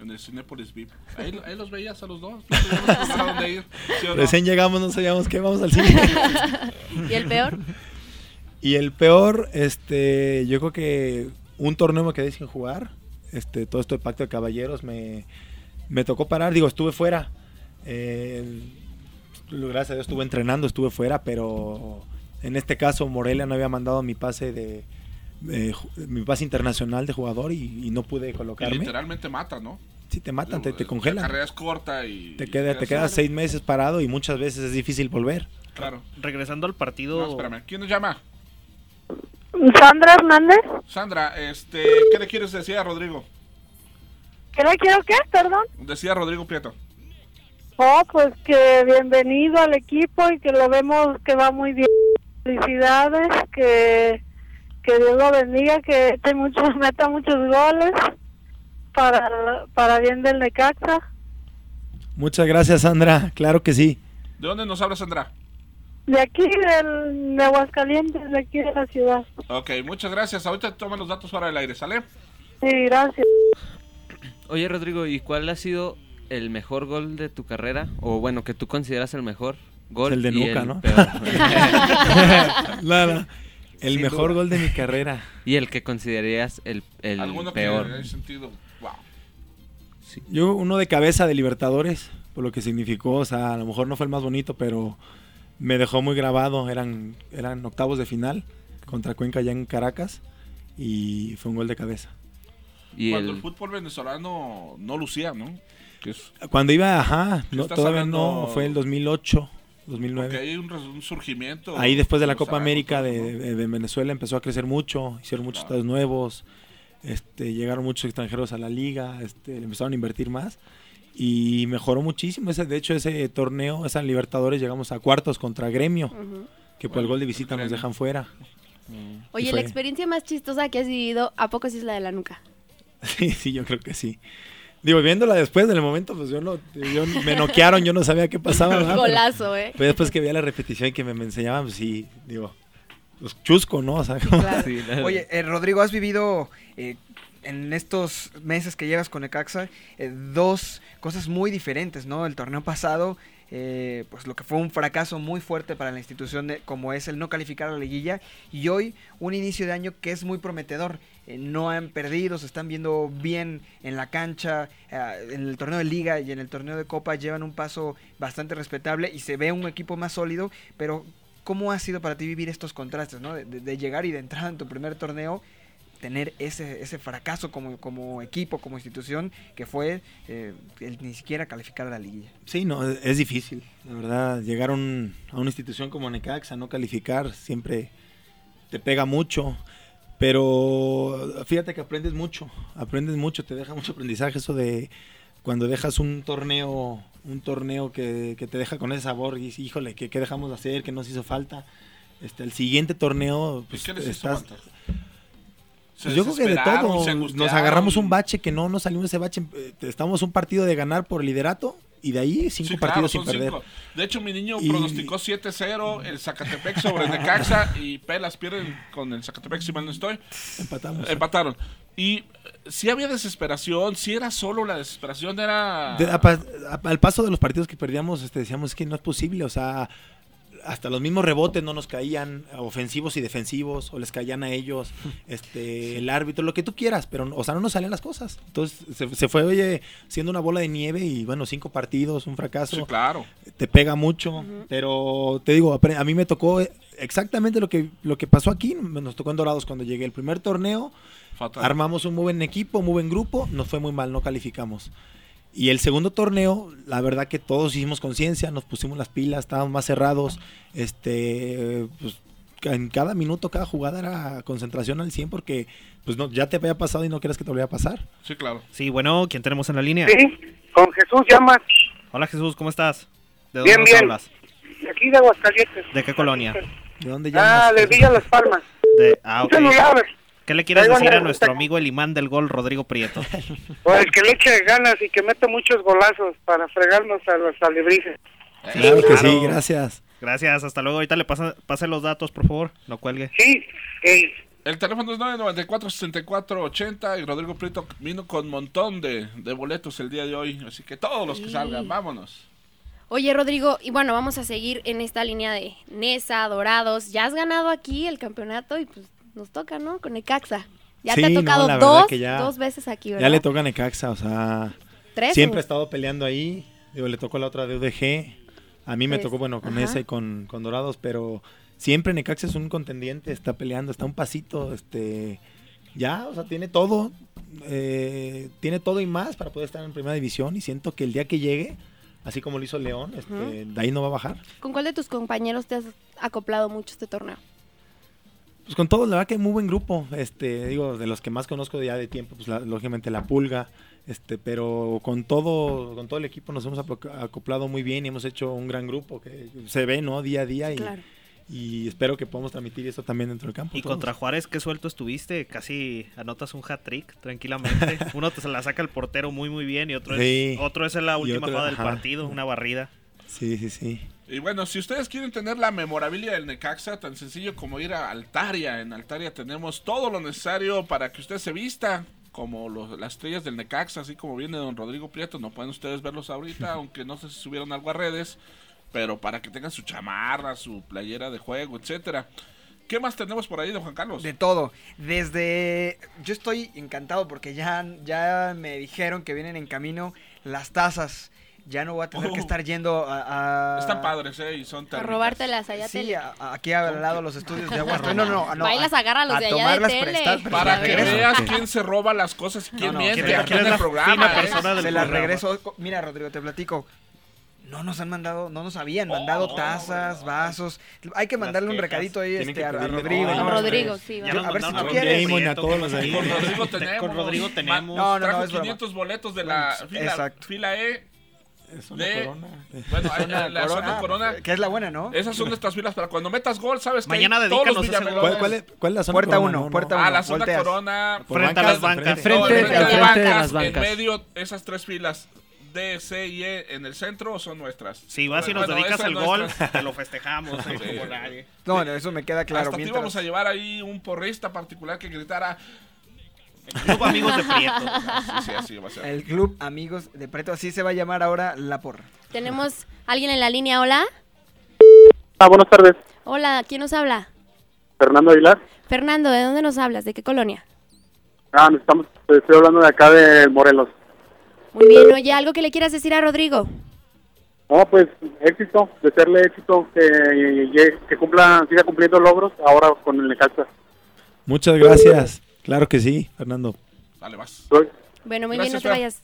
[SPEAKER 20] En el Cinépolis VIP. Ahí, ahí los veías a los dos. no sabíamos a dónde ir, ¿sí o no?
[SPEAKER 28] Recién llegamos, no sabíamos que vamos al cine.
[SPEAKER 22] ¿Y el peor?
[SPEAKER 28] Y el peor, este, yo creo que un torneo me quedé sin jugar. Este, todo esto de Pacto de Caballeros me, me tocó parar. Digo, estuve fuera. Eh, gracias a Dios estuve entrenando, estuve fuera, pero en este caso Morelia no había mandado mi pase de eh, ju- mi pase internacional de jugador y, y no pude
[SPEAKER 20] Y
[SPEAKER 28] colocarme.
[SPEAKER 20] literalmente mata, ¿no?
[SPEAKER 28] Si te matan, te, te
[SPEAKER 20] La
[SPEAKER 28] congelan.
[SPEAKER 20] carrera es corta y.
[SPEAKER 28] Te,
[SPEAKER 20] y
[SPEAKER 28] queda, te quedas seis meses parado y muchas veces es difícil volver.
[SPEAKER 20] Claro.
[SPEAKER 23] Regresando al partido.
[SPEAKER 20] No, espérame. ¿Quién nos llama?
[SPEAKER 13] Sandra Hernández.
[SPEAKER 20] Sandra, este, ¿qué le quieres decir a Rodrigo?
[SPEAKER 13] ¿Qué le quiero qué? Perdón.
[SPEAKER 20] Decía Rodrigo Prieto.
[SPEAKER 13] Oh, pues que bienvenido al equipo y que lo vemos que va muy bien. Felicidades, que, que Dios lo bendiga, que te muchos, meta muchos goles para, para bien del Necaxa.
[SPEAKER 28] Muchas gracias, Sandra. Claro que sí.
[SPEAKER 20] ¿De dónde nos habla Sandra?
[SPEAKER 13] De aquí, del, de Aguascalientes, de aquí de la ciudad.
[SPEAKER 20] Ok, muchas gracias. Ahorita toma los datos fuera del aire, ¿sale?
[SPEAKER 13] Sí, gracias.
[SPEAKER 21] Oye, Rodrigo, ¿y cuál ha sido el mejor gol de tu carrera? O bueno, que tú consideras el mejor gol.
[SPEAKER 28] El de
[SPEAKER 21] y
[SPEAKER 28] Nuca, ¿no?
[SPEAKER 21] peor.
[SPEAKER 28] No, no. El
[SPEAKER 21] Sin
[SPEAKER 28] mejor
[SPEAKER 21] duda.
[SPEAKER 28] gol de mi carrera.
[SPEAKER 21] Y el que considerarías el, el
[SPEAKER 20] Alguno
[SPEAKER 21] peor.
[SPEAKER 20] que haya sentido. Wow.
[SPEAKER 28] Yo uno de cabeza de Libertadores, por lo que significó, o sea, a lo mejor no fue el más bonito, pero me dejó muy grabado. Eran, eran octavos de final contra Cuenca allá en Caracas y fue un gol de cabeza.
[SPEAKER 20] Cuando el... fútbol venezolano no lucía, ¿no? Que es-
[SPEAKER 28] Cuando iba, ajá, no,
[SPEAKER 20] estás
[SPEAKER 28] todavía no,
[SPEAKER 20] hablando?
[SPEAKER 28] fue el 2008, 2009.
[SPEAKER 20] que hay un, res- un surgimiento.
[SPEAKER 28] Ahí después de la
[SPEAKER 20] los
[SPEAKER 28] Copa
[SPEAKER 20] años,
[SPEAKER 28] América
[SPEAKER 20] ¿no?
[SPEAKER 28] de, de- de Venezuela empezó a crecer mucho, hicieron muchos estados nuevos, este, llegaron muchos extranjeros a la liga, este, le empezaron a invertir más y mejoró muchísimo. Ese, de hecho, ese torneo, esa Libertadores, llegamos a cuartos contra Gremio,
[SPEAKER 22] Ujú.
[SPEAKER 28] que por el gol de visita nos dejan fuera. Y
[SPEAKER 22] Oye,
[SPEAKER 28] fue-
[SPEAKER 22] la experiencia más chistosa que has vivido, ¿a poco sí es la de la nuca?
[SPEAKER 28] Sí, sí, yo creo que sí. Digo, viéndola después del momento, pues yo, no, yo me noquearon, yo no sabía qué pasaba. ¿verdad? Pero-
[SPEAKER 22] Golazo, ¿eh?
[SPEAKER 28] Pero después que veía la repetición y que me, me enseñaban, pues sí, digo, pues, chusco, ¿no? O sea, como-
[SPEAKER 18] Oye, eh, Rodrigo, has vivido eh, en estos meses que llevas con Necaxa eh, dos cosas muy diferentes, ¿no? El torneo pasado, eh, pues lo que fue un fracaso muy fuerte para la institución de- como es el no calificar a la liguilla y hoy un inicio de año que es muy prometedor. Eh, no han perdido, se están viendo bien en la cancha, eh, en el torneo de liga y en el torneo de copa llevan un paso bastante respetable y se ve un equipo más sólido, pero ¿Cómo ha sido para ti vivir estos contrastes, ¿no? de, de- de llegar y de entrar en tu primer torneo, tener ese, ese fracaso como, como equipo, como institución, que fue eh, el ni siquiera calificar a la liguilla?
[SPEAKER 28] Sí, no, e-, es es difícil, la verdad. Llegar a, un- a una institución como Necaxa, no calificar, siempre te pega mucho. Pero fíjate que aprendes mucho, aprendes mucho, te deja mucho aprendizaje eso de cuando dejas un torneo, un torneo que, que te deja con ese sabor y dices, híjole, ¿qué, qué dejamos de hacer? ¿Qué nos hizo falta? Este, el siguiente torneo, pues,
[SPEAKER 20] ¿Qué les hizo
[SPEAKER 28] estás-
[SPEAKER 20] falta?
[SPEAKER 28] Pues yo creo que de
[SPEAKER 20] desesperaron,
[SPEAKER 28] todo.
[SPEAKER 20] se
[SPEAKER 28] Nos
[SPEAKER 20] angustiaron.
[SPEAKER 28] agarramos un bache que no nos salimos de ese bache. eh, Estamos un partido de ganar por liderato y de ahí cinco
[SPEAKER 20] Sí, claro,
[SPEAKER 28] partidos
[SPEAKER 20] son
[SPEAKER 28] sin perder.
[SPEAKER 20] cinco. De hecho, mi niño
[SPEAKER 28] Y-
[SPEAKER 20] pronosticó 7-0 el Zacatepec sobre Necaxa y Pelas pierden con el Zacatepec, si mal no estoy.
[SPEAKER 28] Empatamos.
[SPEAKER 20] Empataron. Y eh, sí había desesperación, si era solo la desesperación, era...
[SPEAKER 28] De- a pa- a- al paso de los partidos que perdíamos, este, decíamos "Es que no es posible, o sea, hasta los mismos rebotes no nos caían, ofensivos y defensivos, o les caían a ellos, este, el árbitro, lo que tú quieras, pero, no- o sea, no nos salían las cosas. Entonces se, se fue oye, siendo una bola de nieve y bueno, cinco partidos, un fracaso.
[SPEAKER 20] Sí, claro.
[SPEAKER 28] Te pega mucho, pero te digo, apre- a mí me tocó exactamente lo que, lo que pasó aquí, nos tocó en Dorados cuando llegué el primer torneo.
[SPEAKER 20] Fatal.
[SPEAKER 28] Armamos un muy buen equipo, muy buen grupo, nos fue muy mal, no calificamos. Y el segundo torneo, la verdad que todos hicimos conciencia, nos pusimos las pilas, estábamos más cerrados. Este, pues, ca- en cada minuto, cada jugada era concentración al 100 porque pues no, ya te había pasado y no quieres que te volviera a pasar.
[SPEAKER 20] Sí, claro.
[SPEAKER 23] Sí, bueno, ¿quién tenemos en la línea?
[SPEAKER 6] con Jesús Llamas,
[SPEAKER 23] Hola Jesús, ¿cómo estás? ¿De
[SPEAKER 6] Bien,
[SPEAKER 23] nos
[SPEAKER 6] bien.
[SPEAKER 23] hablas?
[SPEAKER 6] de aquí de Aguascalientes.
[SPEAKER 23] ¿De qué colonia?
[SPEAKER 28] ¿De dónde
[SPEAKER 6] Ah, de Villa Las Palmas.
[SPEAKER 23] De, ah, ok.
[SPEAKER 6] Un celular.
[SPEAKER 23] ¿Qué le quieres
[SPEAKER 6] Traigo
[SPEAKER 23] decir a
[SPEAKER 6] nervios.
[SPEAKER 23] nuestro amigo el imán del gol, Rodrigo Prieto?
[SPEAKER 6] Pues que le eche ganas y que meta muchos golazos para fregarnos a los alebrijes.
[SPEAKER 28] Claro que sí, gracias.
[SPEAKER 23] Gracias, hasta luego. Ahorita le pasa, pase los datos, por favor. No cuelgue.
[SPEAKER 6] Sí.
[SPEAKER 20] El teléfono es 994-6480 y Rodrigo Prieto vino con un montón de, de boletos el día de hoy. Así que todos los que
[SPEAKER 22] Sí.
[SPEAKER 20] salgan, vámonos.
[SPEAKER 22] Oye, Rodrigo, y bueno, vamos a seguir en esta línea de Nesa, Dorados. Ya has ganado aquí el campeonato y pues nos toca, ¿no? Con Necaxa. Ya te
[SPEAKER 28] Sí,
[SPEAKER 22] ha
[SPEAKER 28] no,
[SPEAKER 22] tocado
[SPEAKER 28] la verdad
[SPEAKER 22] dos,
[SPEAKER 28] que ya-
[SPEAKER 22] dos veces aquí, ¿verdad?
[SPEAKER 28] Ya le toca a Necaxa, o sea,
[SPEAKER 22] Tres,
[SPEAKER 28] siempre
[SPEAKER 22] ¿o?
[SPEAKER 28] ha estado peleando ahí. Digo, le tocó la otra de UDG. A mí me
[SPEAKER 22] Tres,
[SPEAKER 28] tocó, bueno, con
[SPEAKER 22] ajá.
[SPEAKER 28] esa y con, con Dorados, pero siempre Necaxa es un contendiente, está peleando, está un pasito, este, ya, o sea, tiene todo, eh, tiene todo y más para poder estar en primera división y siento que el día que llegue, así como lo hizo León, este,
[SPEAKER 22] Ujú.
[SPEAKER 28] de ahí no va a bajar.
[SPEAKER 22] ¿Con cuál de tus compañeros te has acoplado mucho este torneo?
[SPEAKER 28] Pues con todos, la verdad que muy buen grupo. Este, digo, de los que más conozco de ya de tiempo, pues la- lógicamente la pulga. Este, pero con todo, con todo el equipo nos hemos apro- acoplado muy bien y hemos hecho un gran grupo que se ve, ¿no? Día a día y,
[SPEAKER 23] Claro.
[SPEAKER 28] y espero que podamos transmitir eso también dentro del campo.
[SPEAKER 23] Y
[SPEAKER 28] todos.
[SPEAKER 23] contra Juárez, qué suelto estuviste. Casi anotas un hat-trick tranquilamente. Uno te se la saca el portero muy, muy bien y otro,
[SPEAKER 28] Sí.
[SPEAKER 23] es, otro es en la
[SPEAKER 28] Y
[SPEAKER 23] última
[SPEAKER 28] otro,
[SPEAKER 23] jugada del
[SPEAKER 28] ajá.
[SPEAKER 23] partido, una barrida.
[SPEAKER 28] Sí, sí, sí.
[SPEAKER 20] Y bueno, si ustedes quieren tener la memorabilia del Necaxa, tan sencillo como ir a Altaria. En Altaria tenemos todo lo necesario para que usted se vista como los- las estrellas del Necaxa, así como viene don Rodrigo Prieto. No pueden ustedes verlos ahorita, aunque no sé si subieron algo a redes, pero para que tengan su chamarra, su playera de juego, etcétera. ¿Qué más tenemos por ahí, don Juan Carlos?
[SPEAKER 18] De todo. Desde. Yo estoy encantado porque ya, ya me dijeron que vienen en camino las tazas. Ya no voy a tener que estar yendo a. a-
[SPEAKER 20] Están padres, ¿eh? Y son
[SPEAKER 22] A
[SPEAKER 20] térmicas.
[SPEAKER 22] robártelas allá
[SPEAKER 18] Sí,
[SPEAKER 22] tele.
[SPEAKER 18] a- a- aquí al lado de los estudios de agua. No, no, no. no,
[SPEAKER 22] Bailas,
[SPEAKER 18] a-
[SPEAKER 22] agárralos
[SPEAKER 18] a
[SPEAKER 22] de allá de
[SPEAKER 18] tomarlas
[SPEAKER 22] tele.
[SPEAKER 18] prestadas, pero
[SPEAKER 20] Para
[SPEAKER 18] se
[SPEAKER 20] que
[SPEAKER 18] las regreso.
[SPEAKER 20] veas quién se roba las cosas y quién
[SPEAKER 18] No, no,
[SPEAKER 20] miente
[SPEAKER 18] se las-
[SPEAKER 20] aquí en
[SPEAKER 18] se
[SPEAKER 20] el
[SPEAKER 18] las-
[SPEAKER 20] programa.
[SPEAKER 18] fina
[SPEAKER 20] ¿eh?
[SPEAKER 18] persona del Se las programa. regreso. Mira, Rodrigo, te platico. No nos han mandado, no nos habían mandado tazas, vasos. Hay que mandarle un
[SPEAKER 23] quejas.
[SPEAKER 18] recadito ahí
[SPEAKER 23] Tienen
[SPEAKER 18] este,
[SPEAKER 23] que
[SPEAKER 18] a, a
[SPEAKER 23] pedirle
[SPEAKER 18] Rodrigo.
[SPEAKER 23] todo.
[SPEAKER 18] ¿no?
[SPEAKER 23] A Rodrigo, sí,
[SPEAKER 18] Yo-
[SPEAKER 23] Ya nos
[SPEAKER 18] A ver si tú
[SPEAKER 23] mandaron a
[SPEAKER 18] quieres.
[SPEAKER 23] Damon y a todos los ahí.
[SPEAKER 20] Con Rodrigo
[SPEAKER 23] Te- con
[SPEAKER 20] tenemos.
[SPEAKER 23] Rodrigo tenemos.
[SPEAKER 20] Ma-
[SPEAKER 23] pues,
[SPEAKER 18] No, no,
[SPEAKER 20] trajo
[SPEAKER 18] no, es broma.
[SPEAKER 20] 500 boletos de la
[SPEAKER 18] Bueno,
[SPEAKER 20] fila,
[SPEAKER 18] exacto.
[SPEAKER 20] fila E.
[SPEAKER 28] una
[SPEAKER 20] de-
[SPEAKER 28] corona.
[SPEAKER 20] Bueno,
[SPEAKER 18] Es una
[SPEAKER 20] la- la
[SPEAKER 18] corona.
[SPEAKER 20] zona corona.
[SPEAKER 18] Que es la buena, ¿no?
[SPEAKER 20] Esas son nuestras filas para cuando metas gol, sabes que
[SPEAKER 23] Mañana
[SPEAKER 20] hay todos los
[SPEAKER 23] dedícanos ese gol.
[SPEAKER 20] villamelones.
[SPEAKER 28] ¿Cuál, cuál es, cuál es la zona?
[SPEAKER 18] Puerta
[SPEAKER 28] corona?
[SPEAKER 18] uno,
[SPEAKER 28] No, no.
[SPEAKER 18] puerta
[SPEAKER 20] Ah, la zona
[SPEAKER 18] volteas.
[SPEAKER 20] corona.
[SPEAKER 28] Por Frente a las bancas, bancas.
[SPEAKER 20] No,
[SPEAKER 28] frente-
[SPEAKER 20] enfrente
[SPEAKER 28] al
[SPEAKER 20] de
[SPEAKER 28] frente de las
[SPEAKER 20] En
[SPEAKER 28] bancas.
[SPEAKER 20] medio, esas tres filas. D, C y E en el centro son nuestras.
[SPEAKER 23] Si vas y nos
[SPEAKER 20] Bueno,
[SPEAKER 23] dedicas
[SPEAKER 20] esas
[SPEAKER 23] el gol,
[SPEAKER 20] nuestras.
[SPEAKER 23] te lo festejamos. ¿eh?
[SPEAKER 20] Sí.
[SPEAKER 23] Como nadie.
[SPEAKER 18] No, no, eso me queda claro.
[SPEAKER 20] Hasta te
[SPEAKER 18] mientras-
[SPEAKER 20] íbamos a llevar ahí un porrista particular que gritara. Ah,
[SPEAKER 23] Club Amigos de Prieto.
[SPEAKER 20] Sí, sí, así va a ser.
[SPEAKER 18] El Club Amigos de Preto, así se va a llamar ahora la porra.
[SPEAKER 22] Tenemos alguien en la línea, hola.
[SPEAKER 24] Ah, buenas tardes.
[SPEAKER 22] Hola, ¿quién nos habla?
[SPEAKER 24] Fernando Aguilar.
[SPEAKER 22] Fernando, ¿de dónde nos hablas? ¿De qué colonia?
[SPEAKER 24] Ah, nos estamos, estoy hablando de acá de Morelos.
[SPEAKER 22] Muy bien, oye, ¿algo que le quieras decir a Rodrigo?
[SPEAKER 24] No, pues éxito, desearle éxito, que, llegue- que cumpla, siga cumpliendo logros ahora con el Necaxa.
[SPEAKER 28] Muchas gracias. Claro que sí, Fernando.
[SPEAKER 20] Dale, vas.
[SPEAKER 22] Bueno, muy bien, no
[SPEAKER 20] Gracias,
[SPEAKER 22] te
[SPEAKER 20] Fer.
[SPEAKER 22] vayas.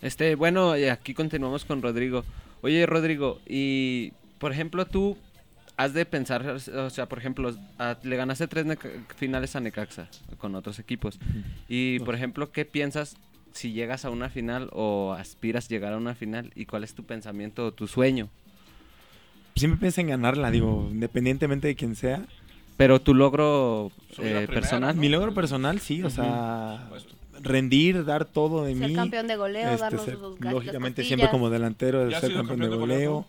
[SPEAKER 21] Este, bueno, eh, aquí continuamos con Rodrigo. Oye, Rodrigo, y por ejemplo, tú has de pensar, o sea, por ejemplo, a- le ganaste tres Neca- finales a Necaxa con otros equipos. Y por ejemplo, ¿qué piensas si llegas a una final o aspiras llegar a una final? ¿Y cuál es tu pensamiento o tu sueño?
[SPEAKER 28] siempre piensa en ganarla, digo, independientemente de quién sea.
[SPEAKER 21] Pero tu logro eh, personal.
[SPEAKER 28] Mi logro personal, sí, o sea, rendir, dar todo de
[SPEAKER 22] Ser
[SPEAKER 28] mí.
[SPEAKER 22] campeón de goleo,
[SPEAKER 28] Este,
[SPEAKER 22] darnos
[SPEAKER 28] ser-
[SPEAKER 22] los ga-
[SPEAKER 28] Lógicamente,
[SPEAKER 22] las
[SPEAKER 28] siempre
[SPEAKER 22] costillas.
[SPEAKER 28] como delantero,
[SPEAKER 22] ¿Ya has
[SPEAKER 28] ser
[SPEAKER 22] sido
[SPEAKER 28] campeón,
[SPEAKER 22] campeón
[SPEAKER 28] de
[SPEAKER 22] de
[SPEAKER 28] goleo,
[SPEAKER 22] goleo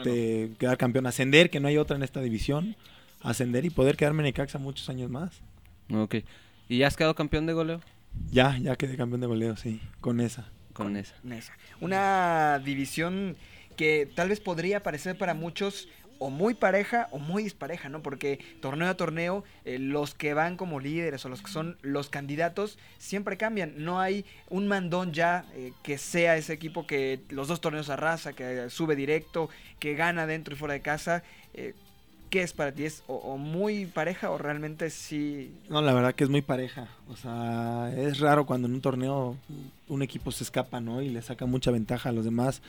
[SPEAKER 28] este, quedar campeón, ascender, que no hay otra en esta división, ascender y poder quedarme en Necaxa muchos años más.
[SPEAKER 21] Ok. ¿Y ya has quedado campeón de goleo?
[SPEAKER 28] Ya, ya quedé campeón de goleo, sí, con esa.
[SPEAKER 21] Con esa.
[SPEAKER 18] Nesa. Una división que tal vez podría parecer para muchos o muy pareja o muy dispareja, ¿no? Porque torneo a torneo, eh, los que van como líderes o los que son los candidatos siempre cambian. No hay un mandón ya eh, que sea ese equipo que los dos torneos arrasa, que sube directo, que gana dentro y fuera de casa. Eh, ¿Qué es para ti? ¿Es o, o muy pareja o realmente sí
[SPEAKER 28] No, la verdad que es muy pareja. O sea, es raro cuando en un torneo un equipo se escapa, ¿no? Y le saca mucha ventaja a los demás.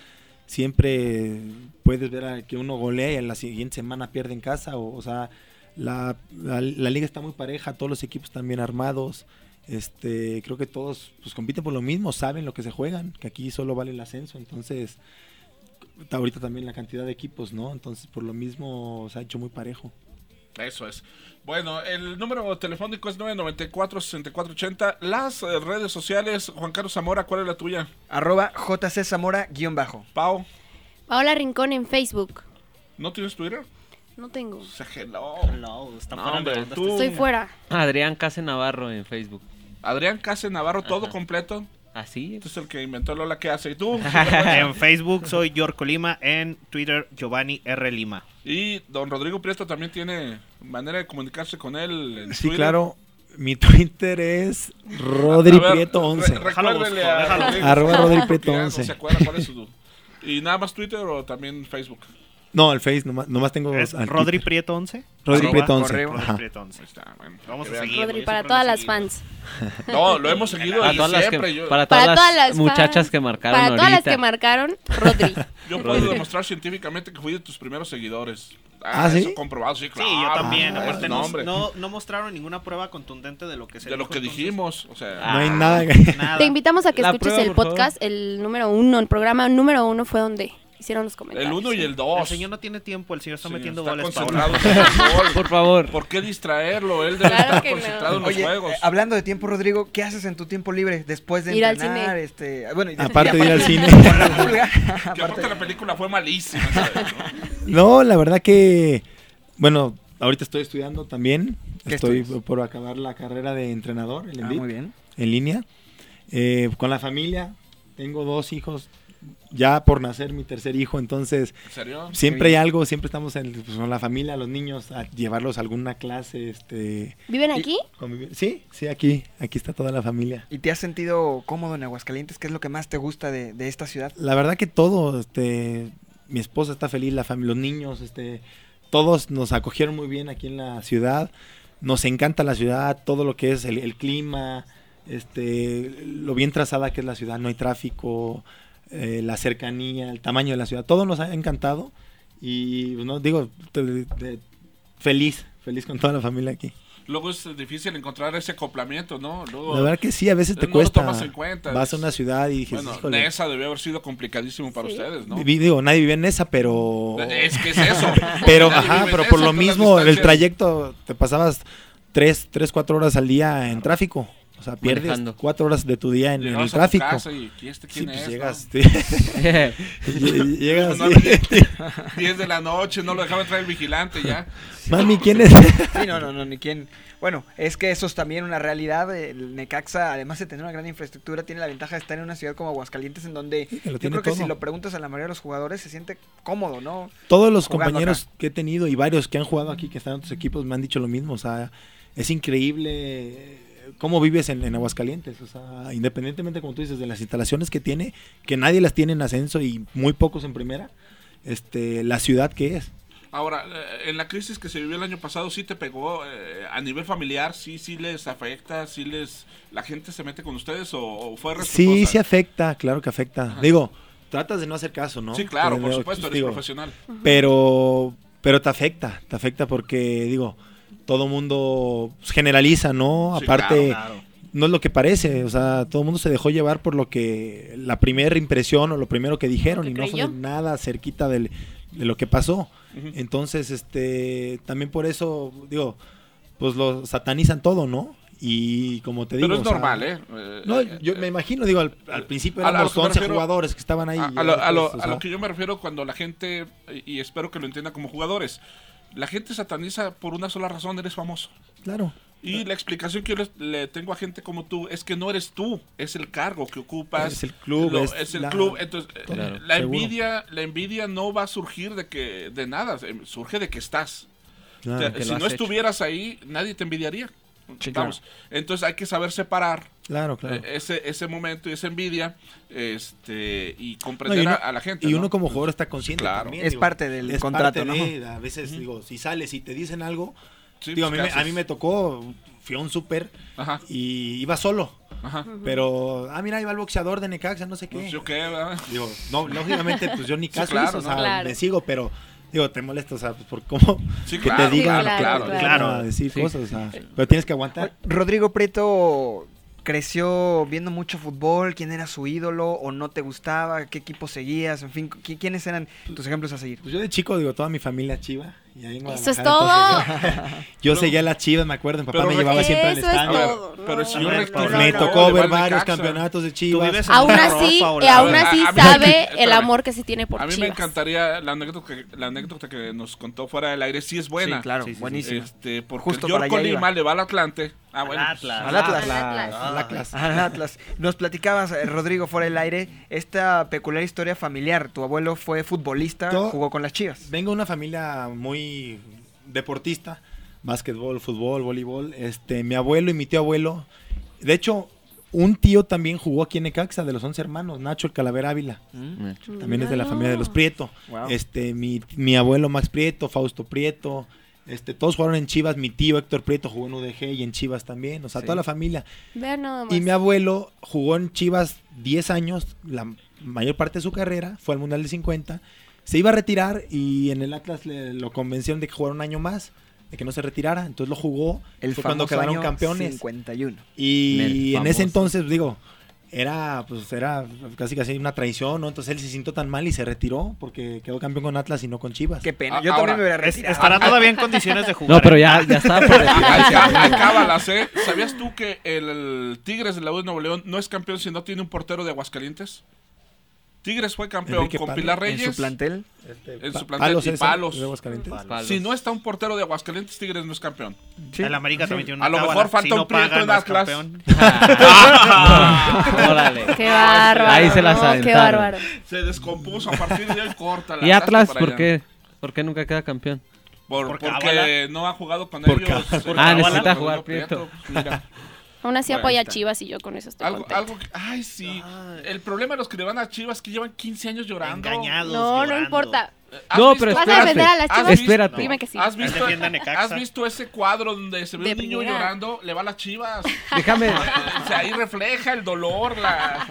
[SPEAKER 28] Siempre puedes ver a que uno golea y a la siguiente semana pierde en casa. O, o sea, la, la- la liga está muy pareja, todos los equipos están bien armados. Este, creo que todos pues, compiten por lo mismo, saben lo que se juegan, que aquí solo vale el ascenso. Entonces, ahorita también la cantidad de equipos, ¿no? Entonces, por lo mismo se ha hecho muy parejo.
[SPEAKER 20] Eso es. Bueno, el número telefónico es 994-6480. Las eh, redes sociales, Juan Carlos Zamora, ¿cuál es la tuya?
[SPEAKER 18] arroba JC Zamora guión bajo?
[SPEAKER 20] Pau,
[SPEAKER 22] Paola Rincón en Facebook.
[SPEAKER 20] ¿no tienes Twitter?
[SPEAKER 22] No tengo.
[SPEAKER 20] O sea, hello.
[SPEAKER 21] está
[SPEAKER 20] No,
[SPEAKER 21] fuera de
[SPEAKER 20] hombre,
[SPEAKER 21] onda
[SPEAKER 20] tú.
[SPEAKER 22] Estoy fuera.
[SPEAKER 21] Adrián Case Navarro en Facebook.
[SPEAKER 20] Adrián Case Navarro, todo completo.
[SPEAKER 21] Así
[SPEAKER 20] Este es el que inventó Lola que hace. ¿Y tú?
[SPEAKER 23] en Facebook soy Yorko Lima, en Twitter Giovanni R. Lima.
[SPEAKER 20] y don Rodrigo Prieto también tiene manera de comunicarse con él. en
[SPEAKER 28] Sí,
[SPEAKER 20] Twitter.
[SPEAKER 28] claro. Mi Twitter es Rodri
[SPEAKER 20] A ver,
[SPEAKER 28] Prieto
[SPEAKER 20] re-
[SPEAKER 28] 11.
[SPEAKER 20] recuérdele a
[SPEAKER 28] Déjalo.
[SPEAKER 20] Rodrigo.
[SPEAKER 28] Arroba Rodri
[SPEAKER 20] Porque
[SPEAKER 28] Prieto
[SPEAKER 20] ya no
[SPEAKER 28] 11.
[SPEAKER 20] se acuerda cuál es su- ¿Y nada más Twitter o también Facebook?
[SPEAKER 28] No, el Face, nomás, nomás tengo.
[SPEAKER 23] ¿Es
[SPEAKER 28] al
[SPEAKER 23] Rodri
[SPEAKER 28] Twitter.
[SPEAKER 23] Prieto 11?
[SPEAKER 28] Rodri
[SPEAKER 23] Arroba
[SPEAKER 28] Prieto 11.
[SPEAKER 23] correo, Rodri
[SPEAKER 28] ajá.
[SPEAKER 23] Prieto 11. Vamos
[SPEAKER 20] que
[SPEAKER 23] a
[SPEAKER 20] vean.
[SPEAKER 23] seguir.
[SPEAKER 22] Rodri,
[SPEAKER 23] güey,
[SPEAKER 22] para
[SPEAKER 23] siempre
[SPEAKER 22] todas
[SPEAKER 23] lo
[SPEAKER 22] las
[SPEAKER 23] seguimos.
[SPEAKER 22] fans.
[SPEAKER 20] No, lo hemos seguido
[SPEAKER 21] Para
[SPEAKER 20] y
[SPEAKER 21] todas las que-
[SPEAKER 20] siempre. yo-
[SPEAKER 21] para todas Para las todas las muchachas fans. que marcaron
[SPEAKER 22] Para todas las
[SPEAKER 21] ahorita.
[SPEAKER 22] que marcaron, Rodri.
[SPEAKER 20] Yo
[SPEAKER 21] Rodri.
[SPEAKER 20] puedo demostrar científicamente que fui de tus primeros seguidores.
[SPEAKER 28] ¿Ah, sí?
[SPEAKER 20] Eso comprobado, sí, claro.
[SPEAKER 23] Sí, yo también.
[SPEAKER 20] Ah,
[SPEAKER 23] Aparte,
[SPEAKER 20] no,
[SPEAKER 23] no,
[SPEAKER 20] hombre.
[SPEAKER 23] no, no mostraron ninguna prueba contundente de lo que se
[SPEAKER 20] De lo
[SPEAKER 23] dijo,
[SPEAKER 20] que
[SPEAKER 23] entonces- Ah,
[SPEAKER 20] dijimos, o sea...
[SPEAKER 28] No hay nada que-
[SPEAKER 22] Te invitamos a que
[SPEAKER 23] La
[SPEAKER 22] escuches
[SPEAKER 23] prueba,
[SPEAKER 22] el
[SPEAKER 23] por favor.
[SPEAKER 22] podcast, el número uno, el programa número uno fue donde hicieron los comentarios.
[SPEAKER 20] El 1 y el 2.
[SPEAKER 23] El señor no tiene tiempo, el señor está metiendo
[SPEAKER 20] está
[SPEAKER 23] goles.
[SPEAKER 20] concentrado
[SPEAKER 23] Paola.
[SPEAKER 20] en el gol.
[SPEAKER 21] Por favor.
[SPEAKER 20] ¿Por qué distraerlo? Él debe estar concentrado en los
[SPEAKER 18] Oye,
[SPEAKER 20] juegos.
[SPEAKER 18] eh, hablando de tiempo, Rodrigo, ¿qué haces en tu tiempo libre después de
[SPEAKER 22] Ir al
[SPEAKER 18] entrenar?
[SPEAKER 22] cine.
[SPEAKER 18] Este, bueno, y
[SPEAKER 28] Aparte
[SPEAKER 18] y
[SPEAKER 28] de ir al cine.
[SPEAKER 18] con la pulga,
[SPEAKER 20] Que aparte la película fue malísima. ¿sabes?
[SPEAKER 28] No, la verdad que. Bueno, ahorita estoy estudiando también.
[SPEAKER 18] ¿Qué
[SPEAKER 28] Estoy
[SPEAKER 18] estudias?
[SPEAKER 28] por acabar la carrera de entrenador el
[SPEAKER 18] Ah,
[SPEAKER 28] Envid,
[SPEAKER 18] muy bien.
[SPEAKER 28] en línea. Eh, con la familia. Tengo dos hijos. Ya por nacer mi tercer hijo, entonces
[SPEAKER 20] ¿En serio?
[SPEAKER 28] siempre
[SPEAKER 20] Sí.
[SPEAKER 28] hay algo, siempre estamos en, pues, con la familia, los niños, a llevarlos a alguna clase, este,
[SPEAKER 22] ¿Viven aquí?
[SPEAKER 28] convivir. Sí, sí, aquí, aquí está toda la familia.
[SPEAKER 18] ¿Y te has sentido cómodo en Aguascalientes? ¿Qué es lo que más te gusta de, de esta ciudad?
[SPEAKER 28] La verdad que todo, este, mi esposa está feliz, la familia, los niños, este, todos nos acogieron muy bien aquí en la ciudad. Nos encanta la ciudad, todo lo que es el, el clima, este, lo bien trazada que es la ciudad, no hay tráfico, eh, la cercanía, el tamaño de la ciudad, todo nos ha encantado y pues, no digo te- te- feliz, feliz con toda la familia aquí.
[SPEAKER 20] Luego es difícil encontrar ese acoplamiento, ¿no? Luego-
[SPEAKER 28] La verdad que sí, a veces te
[SPEAKER 20] no
[SPEAKER 28] cuesta.
[SPEAKER 20] Lo tomas en cuenta.
[SPEAKER 28] Vas a una ciudad y dices,
[SPEAKER 20] Bueno,
[SPEAKER 28] "Híjole".
[SPEAKER 20] Nesa debió haber sido complicadísimo para ustedes, ¿no?
[SPEAKER 28] Vi- Digo, nadie vive en esa, pero.
[SPEAKER 20] Es que es eso.
[SPEAKER 28] pero,
[SPEAKER 20] Nadie vive
[SPEAKER 28] ajá,
[SPEAKER 20] en
[SPEAKER 28] pero
[SPEAKER 20] esa,
[SPEAKER 28] por lo
[SPEAKER 20] todas las
[SPEAKER 28] mismo, el
[SPEAKER 20] distancias.
[SPEAKER 28] trayecto te pasabas 3, tres 4 horas al día en tráfico. O sea, pierdes
[SPEAKER 21] Manejando.
[SPEAKER 28] 4 horas de tu día en, en
[SPEAKER 20] Llegabas
[SPEAKER 28] el
[SPEAKER 20] a tu
[SPEAKER 28] tráfico.
[SPEAKER 20] casa y, "¿Y este
[SPEAKER 28] sí,
[SPEAKER 20] quién
[SPEAKER 28] pues
[SPEAKER 20] es,
[SPEAKER 28] llegas.
[SPEAKER 20] no?"
[SPEAKER 28] te- lle- llegas.
[SPEAKER 20] No,
[SPEAKER 28] sí.
[SPEAKER 20] había- 10 de la noche, no lo dejaba entrar el vigilante ya.
[SPEAKER 28] Mami, ¿quién es?
[SPEAKER 18] Sí, no, no, no, ni quién. Bueno, es que eso es también una realidad. El Necaxa, además de tener una gran infraestructura, tiene la ventaja de estar en una ciudad como Aguascalientes, en donde
[SPEAKER 28] lo
[SPEAKER 18] yo
[SPEAKER 28] tiene
[SPEAKER 18] creo que si
[SPEAKER 28] todo.
[SPEAKER 18] lo preguntas a la mayoría de los jugadores, se siente cómodo, ¿no?
[SPEAKER 28] Todos los
[SPEAKER 18] Jugando
[SPEAKER 28] compañeros que he tenido y varios que han jugado aquí, que están en otros equipos, me han dicho lo mismo. O sea, es increíble eh, cómo vives en, en Aguascalientes. O sea, independientemente, como tú dices, de las instalaciones que tiene, que nadie las tiene en ascenso y muy pocos en primera, este, la ciudad que es.
[SPEAKER 20] Ahora, eh, en la crisis que se vivió el año pasado, sí te pegó eh, a nivel familiar, sí, sí les afecta, sí les... ¿La gente se mete con ustedes o, o fue
[SPEAKER 28] Sí,
[SPEAKER 20] respetuosa?
[SPEAKER 28] sí afecta, claro que afecta. Digo, tratas de no hacer caso, ¿no?
[SPEAKER 20] Sí, claro,
[SPEAKER 28] Pero,
[SPEAKER 20] por
[SPEAKER 28] digo,
[SPEAKER 20] supuesto,
[SPEAKER 28] pues,
[SPEAKER 20] eres profesional. Ujú.
[SPEAKER 28] Pero, pero te afecta, te afecta porque, digo, todo mundo pues, generaliza, ¿no?
[SPEAKER 20] Sí,
[SPEAKER 28] Aparte,
[SPEAKER 20] claro, claro.
[SPEAKER 28] no es lo que parece, o sea, todo el mundo se dejó llevar por lo que, la primera impresión o lo primero que dijeron
[SPEAKER 22] que
[SPEAKER 28] y no fue
[SPEAKER 22] creyó.
[SPEAKER 28] nada cerquita del, de lo que pasó.
[SPEAKER 20] Ujú.
[SPEAKER 28] Entonces, este, también por eso, digo, pues lo satanizan todo, ¿no? Y como te digo.
[SPEAKER 20] Pero es
[SPEAKER 28] o sea,
[SPEAKER 20] normal, ¿eh? Eh,
[SPEAKER 28] No, yo me imagino, digo, al, al principio
[SPEAKER 20] a- a lo
[SPEAKER 28] éramos
[SPEAKER 20] que me
[SPEAKER 28] 11
[SPEAKER 20] refiero-
[SPEAKER 28] jugadores que estaban ahí.
[SPEAKER 20] A,
[SPEAKER 28] ya
[SPEAKER 20] a lo, a lo-
[SPEAKER 28] después, o
[SPEAKER 20] a lo
[SPEAKER 28] sea.
[SPEAKER 20] que yo me refiero cuando la gente, y y espero que lo entienda como jugadores, la gente sataniza por una sola razón, eres famoso.
[SPEAKER 28] Claro.
[SPEAKER 20] Y la explicación que yo les- le tengo a gente como tú es que no eres tú, es el cargo que ocupas.
[SPEAKER 28] Es el club,
[SPEAKER 20] lo-
[SPEAKER 28] es
[SPEAKER 20] es, el
[SPEAKER 28] la-
[SPEAKER 20] club. Entonces, eh,
[SPEAKER 28] Claro,
[SPEAKER 20] la,
[SPEAKER 28] seguro.
[SPEAKER 20] envidia, la envidia no va a surgir de, que, de nada, eh, surge de que estás.
[SPEAKER 28] Claro,
[SPEAKER 20] O sea,
[SPEAKER 28] que lo
[SPEAKER 20] si
[SPEAKER 28] has
[SPEAKER 20] no
[SPEAKER 28] hecho.
[SPEAKER 20] estuvieras ahí, nadie te envidiaría.
[SPEAKER 28] Sí,
[SPEAKER 20] Vamos. Entonces hay que saber separar
[SPEAKER 28] Claro, claro.
[SPEAKER 20] eh, ese, ese momento y esa envidia este, y
[SPEAKER 28] No, y
[SPEAKER 20] comprender
[SPEAKER 28] uno-
[SPEAKER 20] a, a la gente.
[SPEAKER 28] Y
[SPEAKER 20] ¿no?
[SPEAKER 28] uno como jugador está consciente.
[SPEAKER 20] Claro.
[SPEAKER 28] también,
[SPEAKER 20] Es
[SPEAKER 28] digo,
[SPEAKER 20] parte del
[SPEAKER 28] es
[SPEAKER 20] contrato,
[SPEAKER 28] parte
[SPEAKER 20] ¿no?
[SPEAKER 28] de, a veces,
[SPEAKER 20] Ujú.
[SPEAKER 28] digo, si sales y te dicen algo.
[SPEAKER 20] Sí,
[SPEAKER 28] digo, a mí,
[SPEAKER 20] pues, ¿qué
[SPEAKER 28] me, a mí
[SPEAKER 20] haces?
[SPEAKER 28] me tocó, fui a un súper y iba solo.
[SPEAKER 20] Ajá.
[SPEAKER 28] Pero, ah, mira, iba el boxeador de Necaxa, no sé qué.
[SPEAKER 20] Pues, yo qué, ¿verdad?
[SPEAKER 28] Digo, no, lógicamente, pues yo ni
[SPEAKER 20] Sí,
[SPEAKER 28] caso
[SPEAKER 20] claro,
[SPEAKER 28] hice, o
[SPEAKER 20] ¿no?
[SPEAKER 28] sea,
[SPEAKER 20] Claro.
[SPEAKER 28] le sigo, pero digo, te molesta, o sea, pues, por cómo
[SPEAKER 20] Sí,
[SPEAKER 28] que
[SPEAKER 20] claro,
[SPEAKER 28] te digan,
[SPEAKER 20] claro, claro,
[SPEAKER 28] te van
[SPEAKER 20] claro.
[SPEAKER 28] a decir
[SPEAKER 18] Sí.
[SPEAKER 28] cosas, o sea, pero tienes que aguantar.
[SPEAKER 18] Rodrigo Prieto creció viendo mucho fútbol, quién era su ídolo o no te gustaba, qué equipo seguías, en fin, qui- quiénes eran tus ejemplos a seguir.
[SPEAKER 28] Pues yo de chico, digo, toda mi familia es chiva. Y ahí en
[SPEAKER 18] Eso es
[SPEAKER 28] Guadalajara,
[SPEAKER 18] todo.
[SPEAKER 28] entonces, yo seguía las chivas, me acuerdo, mi papá
[SPEAKER 20] Pero
[SPEAKER 28] me
[SPEAKER 20] re-
[SPEAKER 28] llevaba siempre al
[SPEAKER 20] Eso es
[SPEAKER 28] estadio.
[SPEAKER 20] todo, no, Pero si no, yo no, recuerdo-
[SPEAKER 28] me
[SPEAKER 20] no,
[SPEAKER 28] tocó
[SPEAKER 20] no,
[SPEAKER 28] ver
[SPEAKER 20] no,
[SPEAKER 28] varios
[SPEAKER 20] Necaxa.
[SPEAKER 28] campeonatos de
[SPEAKER 20] Tú
[SPEAKER 28] chivas.
[SPEAKER 20] vives en Aún una
[SPEAKER 22] así- y aún así
[SPEAKER 20] A- a mí-
[SPEAKER 22] sabe
[SPEAKER 20] espérame.
[SPEAKER 22] el amor que se tiene por
[SPEAKER 20] A mí me
[SPEAKER 22] Chivas.
[SPEAKER 20] encantaría la anécdota, que, la anécdota que nos contó fuera del aire, sí es buena.
[SPEAKER 18] Sí, claro, Sí, sí, sí. buenísima.
[SPEAKER 20] Este, porque
[SPEAKER 18] Justo
[SPEAKER 20] Justo
[SPEAKER 18] para allá
[SPEAKER 20] Colima
[SPEAKER 18] iba.
[SPEAKER 20] le va al Atlante. Ah, bueno, pues,
[SPEAKER 18] Al Atlas. Al Atlas. Al Atlas. Nos platicabas, eh, Rodrigo, fuera del aire, esta peculiar historia familiar. Tu abuelo fue futbolista,
[SPEAKER 28] Yo-
[SPEAKER 18] jugó con las Chivas.
[SPEAKER 28] Vengo de una familia muy deportista, básquetbol, fútbol, voleibol. Este, mi abuelo y mi tío abuelo. De hecho, un tío también jugó aquí en Necaxa de los 11 hermanos, Nacho el Calavera Ávila. Mm. También es de la familia de los Prieto.
[SPEAKER 18] Wow.
[SPEAKER 28] Este, mi, mi abuelo Max Prieto, Fausto Prieto. Este, todos jugaron en Chivas, mi tío Héctor Prieto jugó en UDG y en Chivas también, o sea,
[SPEAKER 22] Sí.
[SPEAKER 28] toda la familia.
[SPEAKER 22] Vean nada más.
[SPEAKER 28] Y mi abuelo jugó en Chivas 10 años, la mayor parte de su carrera, fue al Mundial de 50. Se iba a retirar y en el Atlas le- lo convencieron de que jugara un año más, de que no se retirara. Entonces lo jugó.
[SPEAKER 18] El
[SPEAKER 28] fue cuando
[SPEAKER 18] famoso
[SPEAKER 28] quedaron
[SPEAKER 18] año
[SPEAKER 28] campeones.
[SPEAKER 18] 51.
[SPEAKER 28] Y
[SPEAKER 18] El
[SPEAKER 28] en
[SPEAKER 18] famoso.
[SPEAKER 28] ese entonces, digo, era pues era casi casi una traición, ¿no? Entonces él se sintió tan mal y se retiró porque quedó campeón con Atlas y no con Chivas.
[SPEAKER 18] Qué pena.
[SPEAKER 20] Ah,
[SPEAKER 18] Yo
[SPEAKER 20] ahora,
[SPEAKER 18] también me hubiera
[SPEAKER 20] es-
[SPEAKER 18] retirado.
[SPEAKER 20] estará
[SPEAKER 28] todavía
[SPEAKER 20] en condiciones de
[SPEAKER 28] jugar, No, pero ¿eh? ya- ya estaba por
[SPEAKER 20] Hay-
[SPEAKER 28] retirarse.
[SPEAKER 20] hay cábalas, ¿eh? ¿Sabías tú que el, Tigres de la U de Nuevo León no es campeón si no tiene un portero de Aguascalientes? Tigres fue campeón
[SPEAKER 18] Enrique
[SPEAKER 20] con
[SPEAKER 18] Palo.
[SPEAKER 20] Pilar
[SPEAKER 18] ¿En
[SPEAKER 20] Reyes.
[SPEAKER 18] su plantel?
[SPEAKER 28] Este,
[SPEAKER 20] en
[SPEAKER 28] Pa-
[SPEAKER 20] su plantel.
[SPEAKER 28] Palos
[SPEAKER 20] y
[SPEAKER 28] es el-
[SPEAKER 20] palos.
[SPEAKER 28] de Aguascalientes. Palos.
[SPEAKER 20] Si no está un portero de Aguascalientes, Tigres no es campeón.
[SPEAKER 23] Sí. El América también tiene una
[SPEAKER 20] A lo
[SPEAKER 23] cábala,
[SPEAKER 20] mejor falta
[SPEAKER 23] si no
[SPEAKER 20] un prieto
[SPEAKER 23] paga,
[SPEAKER 20] en
[SPEAKER 23] no es
[SPEAKER 20] Atlas.
[SPEAKER 23] campeón.
[SPEAKER 20] Órale.
[SPEAKER 22] Qué bárbaro.
[SPEAKER 21] Ahí se las
[SPEAKER 22] no, Qué
[SPEAKER 21] aventaron.
[SPEAKER 22] bárbaro.
[SPEAKER 20] Se descompuso a partir de hoy corta.
[SPEAKER 21] ¿Y Atlas por qué? ¿Por qué nunca queda campeón?
[SPEAKER 20] Por, porque no ha jugado con
[SPEAKER 21] Por
[SPEAKER 20] ellos.
[SPEAKER 21] cábala.
[SPEAKER 20] eh,
[SPEAKER 21] Ah,
[SPEAKER 20] Rodrigo
[SPEAKER 21] necesita jugar
[SPEAKER 20] pues mira.
[SPEAKER 22] Aún así
[SPEAKER 20] Bueno,
[SPEAKER 22] apoya
[SPEAKER 20] ahí
[SPEAKER 22] a
[SPEAKER 20] está.
[SPEAKER 22] Chivas y yo con eso estoy
[SPEAKER 20] Algo,
[SPEAKER 22] contenta.
[SPEAKER 20] algo que- ay, sí. El problema de los que le van a Chivas es que llevan 15 años llorando.
[SPEAKER 22] No, no importa.
[SPEAKER 20] ¿Has
[SPEAKER 22] No,
[SPEAKER 20] visto-
[SPEAKER 22] pero ¿Vas a defender a las
[SPEAKER 20] ¿Has
[SPEAKER 22] Chivas?
[SPEAKER 20] visto-
[SPEAKER 22] Espérate. Dime que sí.
[SPEAKER 20] ¿Has visto,
[SPEAKER 22] Defienda a Necaxa.
[SPEAKER 20] has visto ese cuadro donde se ve
[SPEAKER 22] De
[SPEAKER 20] un niño
[SPEAKER 22] primera.
[SPEAKER 20] llorando? Le va a las Chivas.
[SPEAKER 21] Déjame-
[SPEAKER 20] O sea, ahí refleja el dolor, la...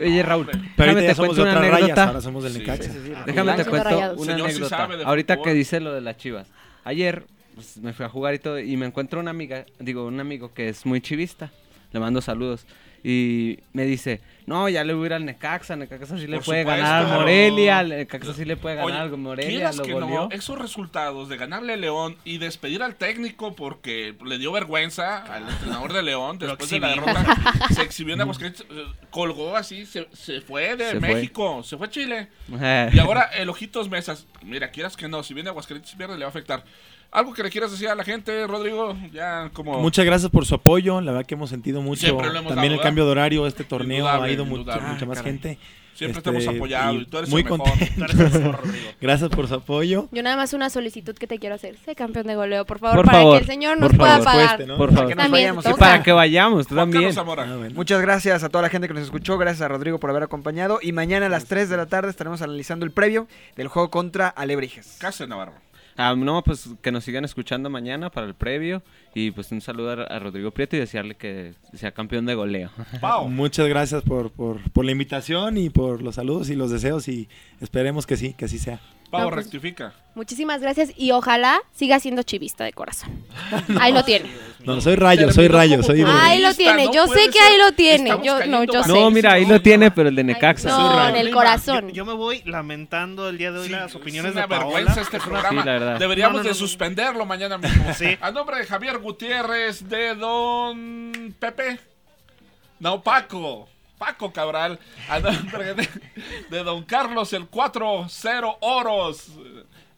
[SPEAKER 21] Oye, Raúl,
[SPEAKER 28] Pero ahorita
[SPEAKER 21] déjame
[SPEAKER 28] ya
[SPEAKER 21] te
[SPEAKER 28] somos
[SPEAKER 21] cuento una
[SPEAKER 28] de otras rayas,
[SPEAKER 21] anécdota.
[SPEAKER 28] ahora somos del Sí, Necaxa. sí, sí, sí.
[SPEAKER 21] Déjame te
[SPEAKER 28] Rayados.
[SPEAKER 21] cuento
[SPEAKER 28] Rayados.
[SPEAKER 21] una
[SPEAKER 28] Señor sí
[SPEAKER 21] anécdota.
[SPEAKER 28] sabe de
[SPEAKER 21] ahorita
[SPEAKER 28] fútbol.
[SPEAKER 21] que dice lo de las chivas. Ayer pues, me fui a jugar y todo y me encuentro una amiga, digo, un amigo que es muy chivista. Le mando saludos. Y me dice, no, ya le voy a ir al Necaxa, Necaxa sí le
[SPEAKER 20] Por
[SPEAKER 21] puede
[SPEAKER 20] supuesto.
[SPEAKER 21] ganar al Morelia, al Necaxa sí le puede ganar
[SPEAKER 20] Oye,
[SPEAKER 21] algo, Morelia
[SPEAKER 20] quieras
[SPEAKER 21] lo
[SPEAKER 20] que
[SPEAKER 21] goleó.
[SPEAKER 20] no, esos resultados de ganarle a León y despedir al técnico porque le dio vergüenza al entrenador de León
[SPEAKER 23] Lo
[SPEAKER 20] después de la
[SPEAKER 23] exhibimos.
[SPEAKER 20] derrota, se exhibió en Aguascalientes, eh, colgó así, se, se fue de
[SPEAKER 21] Se fue.
[SPEAKER 20] México, se fue a Chile.
[SPEAKER 21] Eh.
[SPEAKER 20] y ahora el Ojitos Mesas, mira, quieras que no, si viene Aguascalientes y pierde le va a afectar. Algo que le quieras decir a la gente, Rodrigo, ya como...
[SPEAKER 28] Muchas gracias por su apoyo, la verdad que hemos sentido mucho.
[SPEAKER 20] Oh. Siempre lo hemos
[SPEAKER 28] También
[SPEAKER 20] dado,
[SPEAKER 28] el
[SPEAKER 20] ¿verdad?
[SPEAKER 28] cambio de horario, este torneo ha
[SPEAKER 20] Indudable,
[SPEAKER 28] ido mucho-
[SPEAKER 20] indudable. Ah,
[SPEAKER 28] mucha más
[SPEAKER 20] Caray.
[SPEAKER 28] gente. Este,
[SPEAKER 20] Siempre te hemos apoyado y tú eres el mejor. Tú eres el
[SPEAKER 28] contento.
[SPEAKER 20] mejor, Rodrigo.
[SPEAKER 28] gracias por su apoyo.
[SPEAKER 22] Yo nada más una solicitud que te quiero hacer. Sé campeón de goleo, por favor,
[SPEAKER 21] Por
[SPEAKER 22] para
[SPEAKER 21] favor,
[SPEAKER 22] que el señor
[SPEAKER 21] por
[SPEAKER 22] nos pueda
[SPEAKER 21] favor.
[SPEAKER 22] pagar.
[SPEAKER 21] Supuesto, ¿no? Por favor.
[SPEAKER 22] También
[SPEAKER 18] Nos
[SPEAKER 22] se
[SPEAKER 18] vayamos.
[SPEAKER 22] toca.
[SPEAKER 21] Para que vayamos, tú también.
[SPEAKER 18] Muchas gracias a toda la gente que nos escuchó, gracias a Rodrigo por haber acompañado y mañana a las 3 de la tarde estaremos analizando el previo del juego contra Alebrijes.
[SPEAKER 20] Casa Navarro.
[SPEAKER 21] Ah, no, pues que nos sigan escuchando mañana para el previo. Y pues un saludo a, a Rodrigo Prieto y desearle que sea campeón de goleo.
[SPEAKER 28] Muchas gracias por, por, por la invitación y por los saludos y los deseos y esperemos que sí, que así sea.
[SPEAKER 20] Pavo,
[SPEAKER 22] No, pues-
[SPEAKER 20] rectifica.
[SPEAKER 22] Muchísimas gracias y ojalá siga siendo chivista de corazón. Ahí lo tiene.
[SPEAKER 28] No, soy Rayo, soy Rayo, soy
[SPEAKER 22] Ahí lo tiene, yo sé que ahí lo tiene. Yo, no, yo sé.
[SPEAKER 21] No, mira, ahí lo tiene, pero el de Necaxa.
[SPEAKER 22] No, en el corazón.
[SPEAKER 23] Yo, yo me voy lamentando el día de hoy las opiniones
[SPEAKER 20] es una
[SPEAKER 23] de Paola.
[SPEAKER 20] vergüenza este programa.
[SPEAKER 21] Sí, la verdad.
[SPEAKER 20] Deberíamos
[SPEAKER 23] No, no,
[SPEAKER 20] de
[SPEAKER 23] no.
[SPEAKER 20] suspenderlo mañana mismo.
[SPEAKER 23] Sí.
[SPEAKER 20] A nombre de Javier Gutiérrez, de Don Pepe. No, Paco. Paco Cabral. A nombre de, de Don Carlos, el 40 Oros.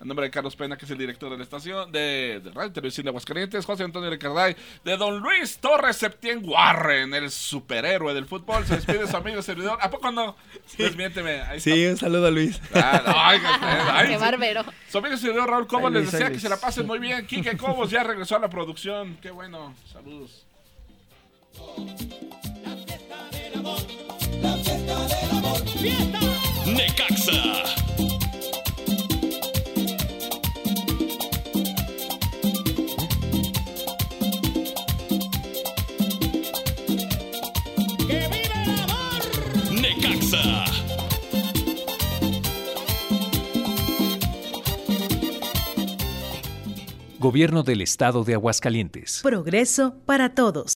[SPEAKER 20] A nombre de Carlos Pena, que es el director de la estación de, de Radio y Televisión de Aguascalientes, José Antonio Ricarday, de Don Luis Torres Septién Warren, el superhéroe del fútbol. Se despide su amigo y servidor. ¿A poco no? Desmiénteme. Ahí está.
[SPEAKER 28] Sí, un saludo a Luis.
[SPEAKER 20] Ah, no, oiga usted, ay,
[SPEAKER 22] Qué
[SPEAKER 20] sí.
[SPEAKER 22] bárbaro.
[SPEAKER 20] Su amigo y servidor Raúl Cobos
[SPEAKER 28] Ay,
[SPEAKER 20] les
[SPEAKER 28] Luis,
[SPEAKER 20] decía
[SPEAKER 28] ay,
[SPEAKER 20] que
[SPEAKER 28] Luis.
[SPEAKER 20] se la pasen muy bien. Quique Cobos ya regresó a la producción. Qué bueno. Saludos.
[SPEAKER 4] Necaxa. Necaxa.
[SPEAKER 1] Gobierno del Estado de Aguascalientes.
[SPEAKER 2] Progreso para todos.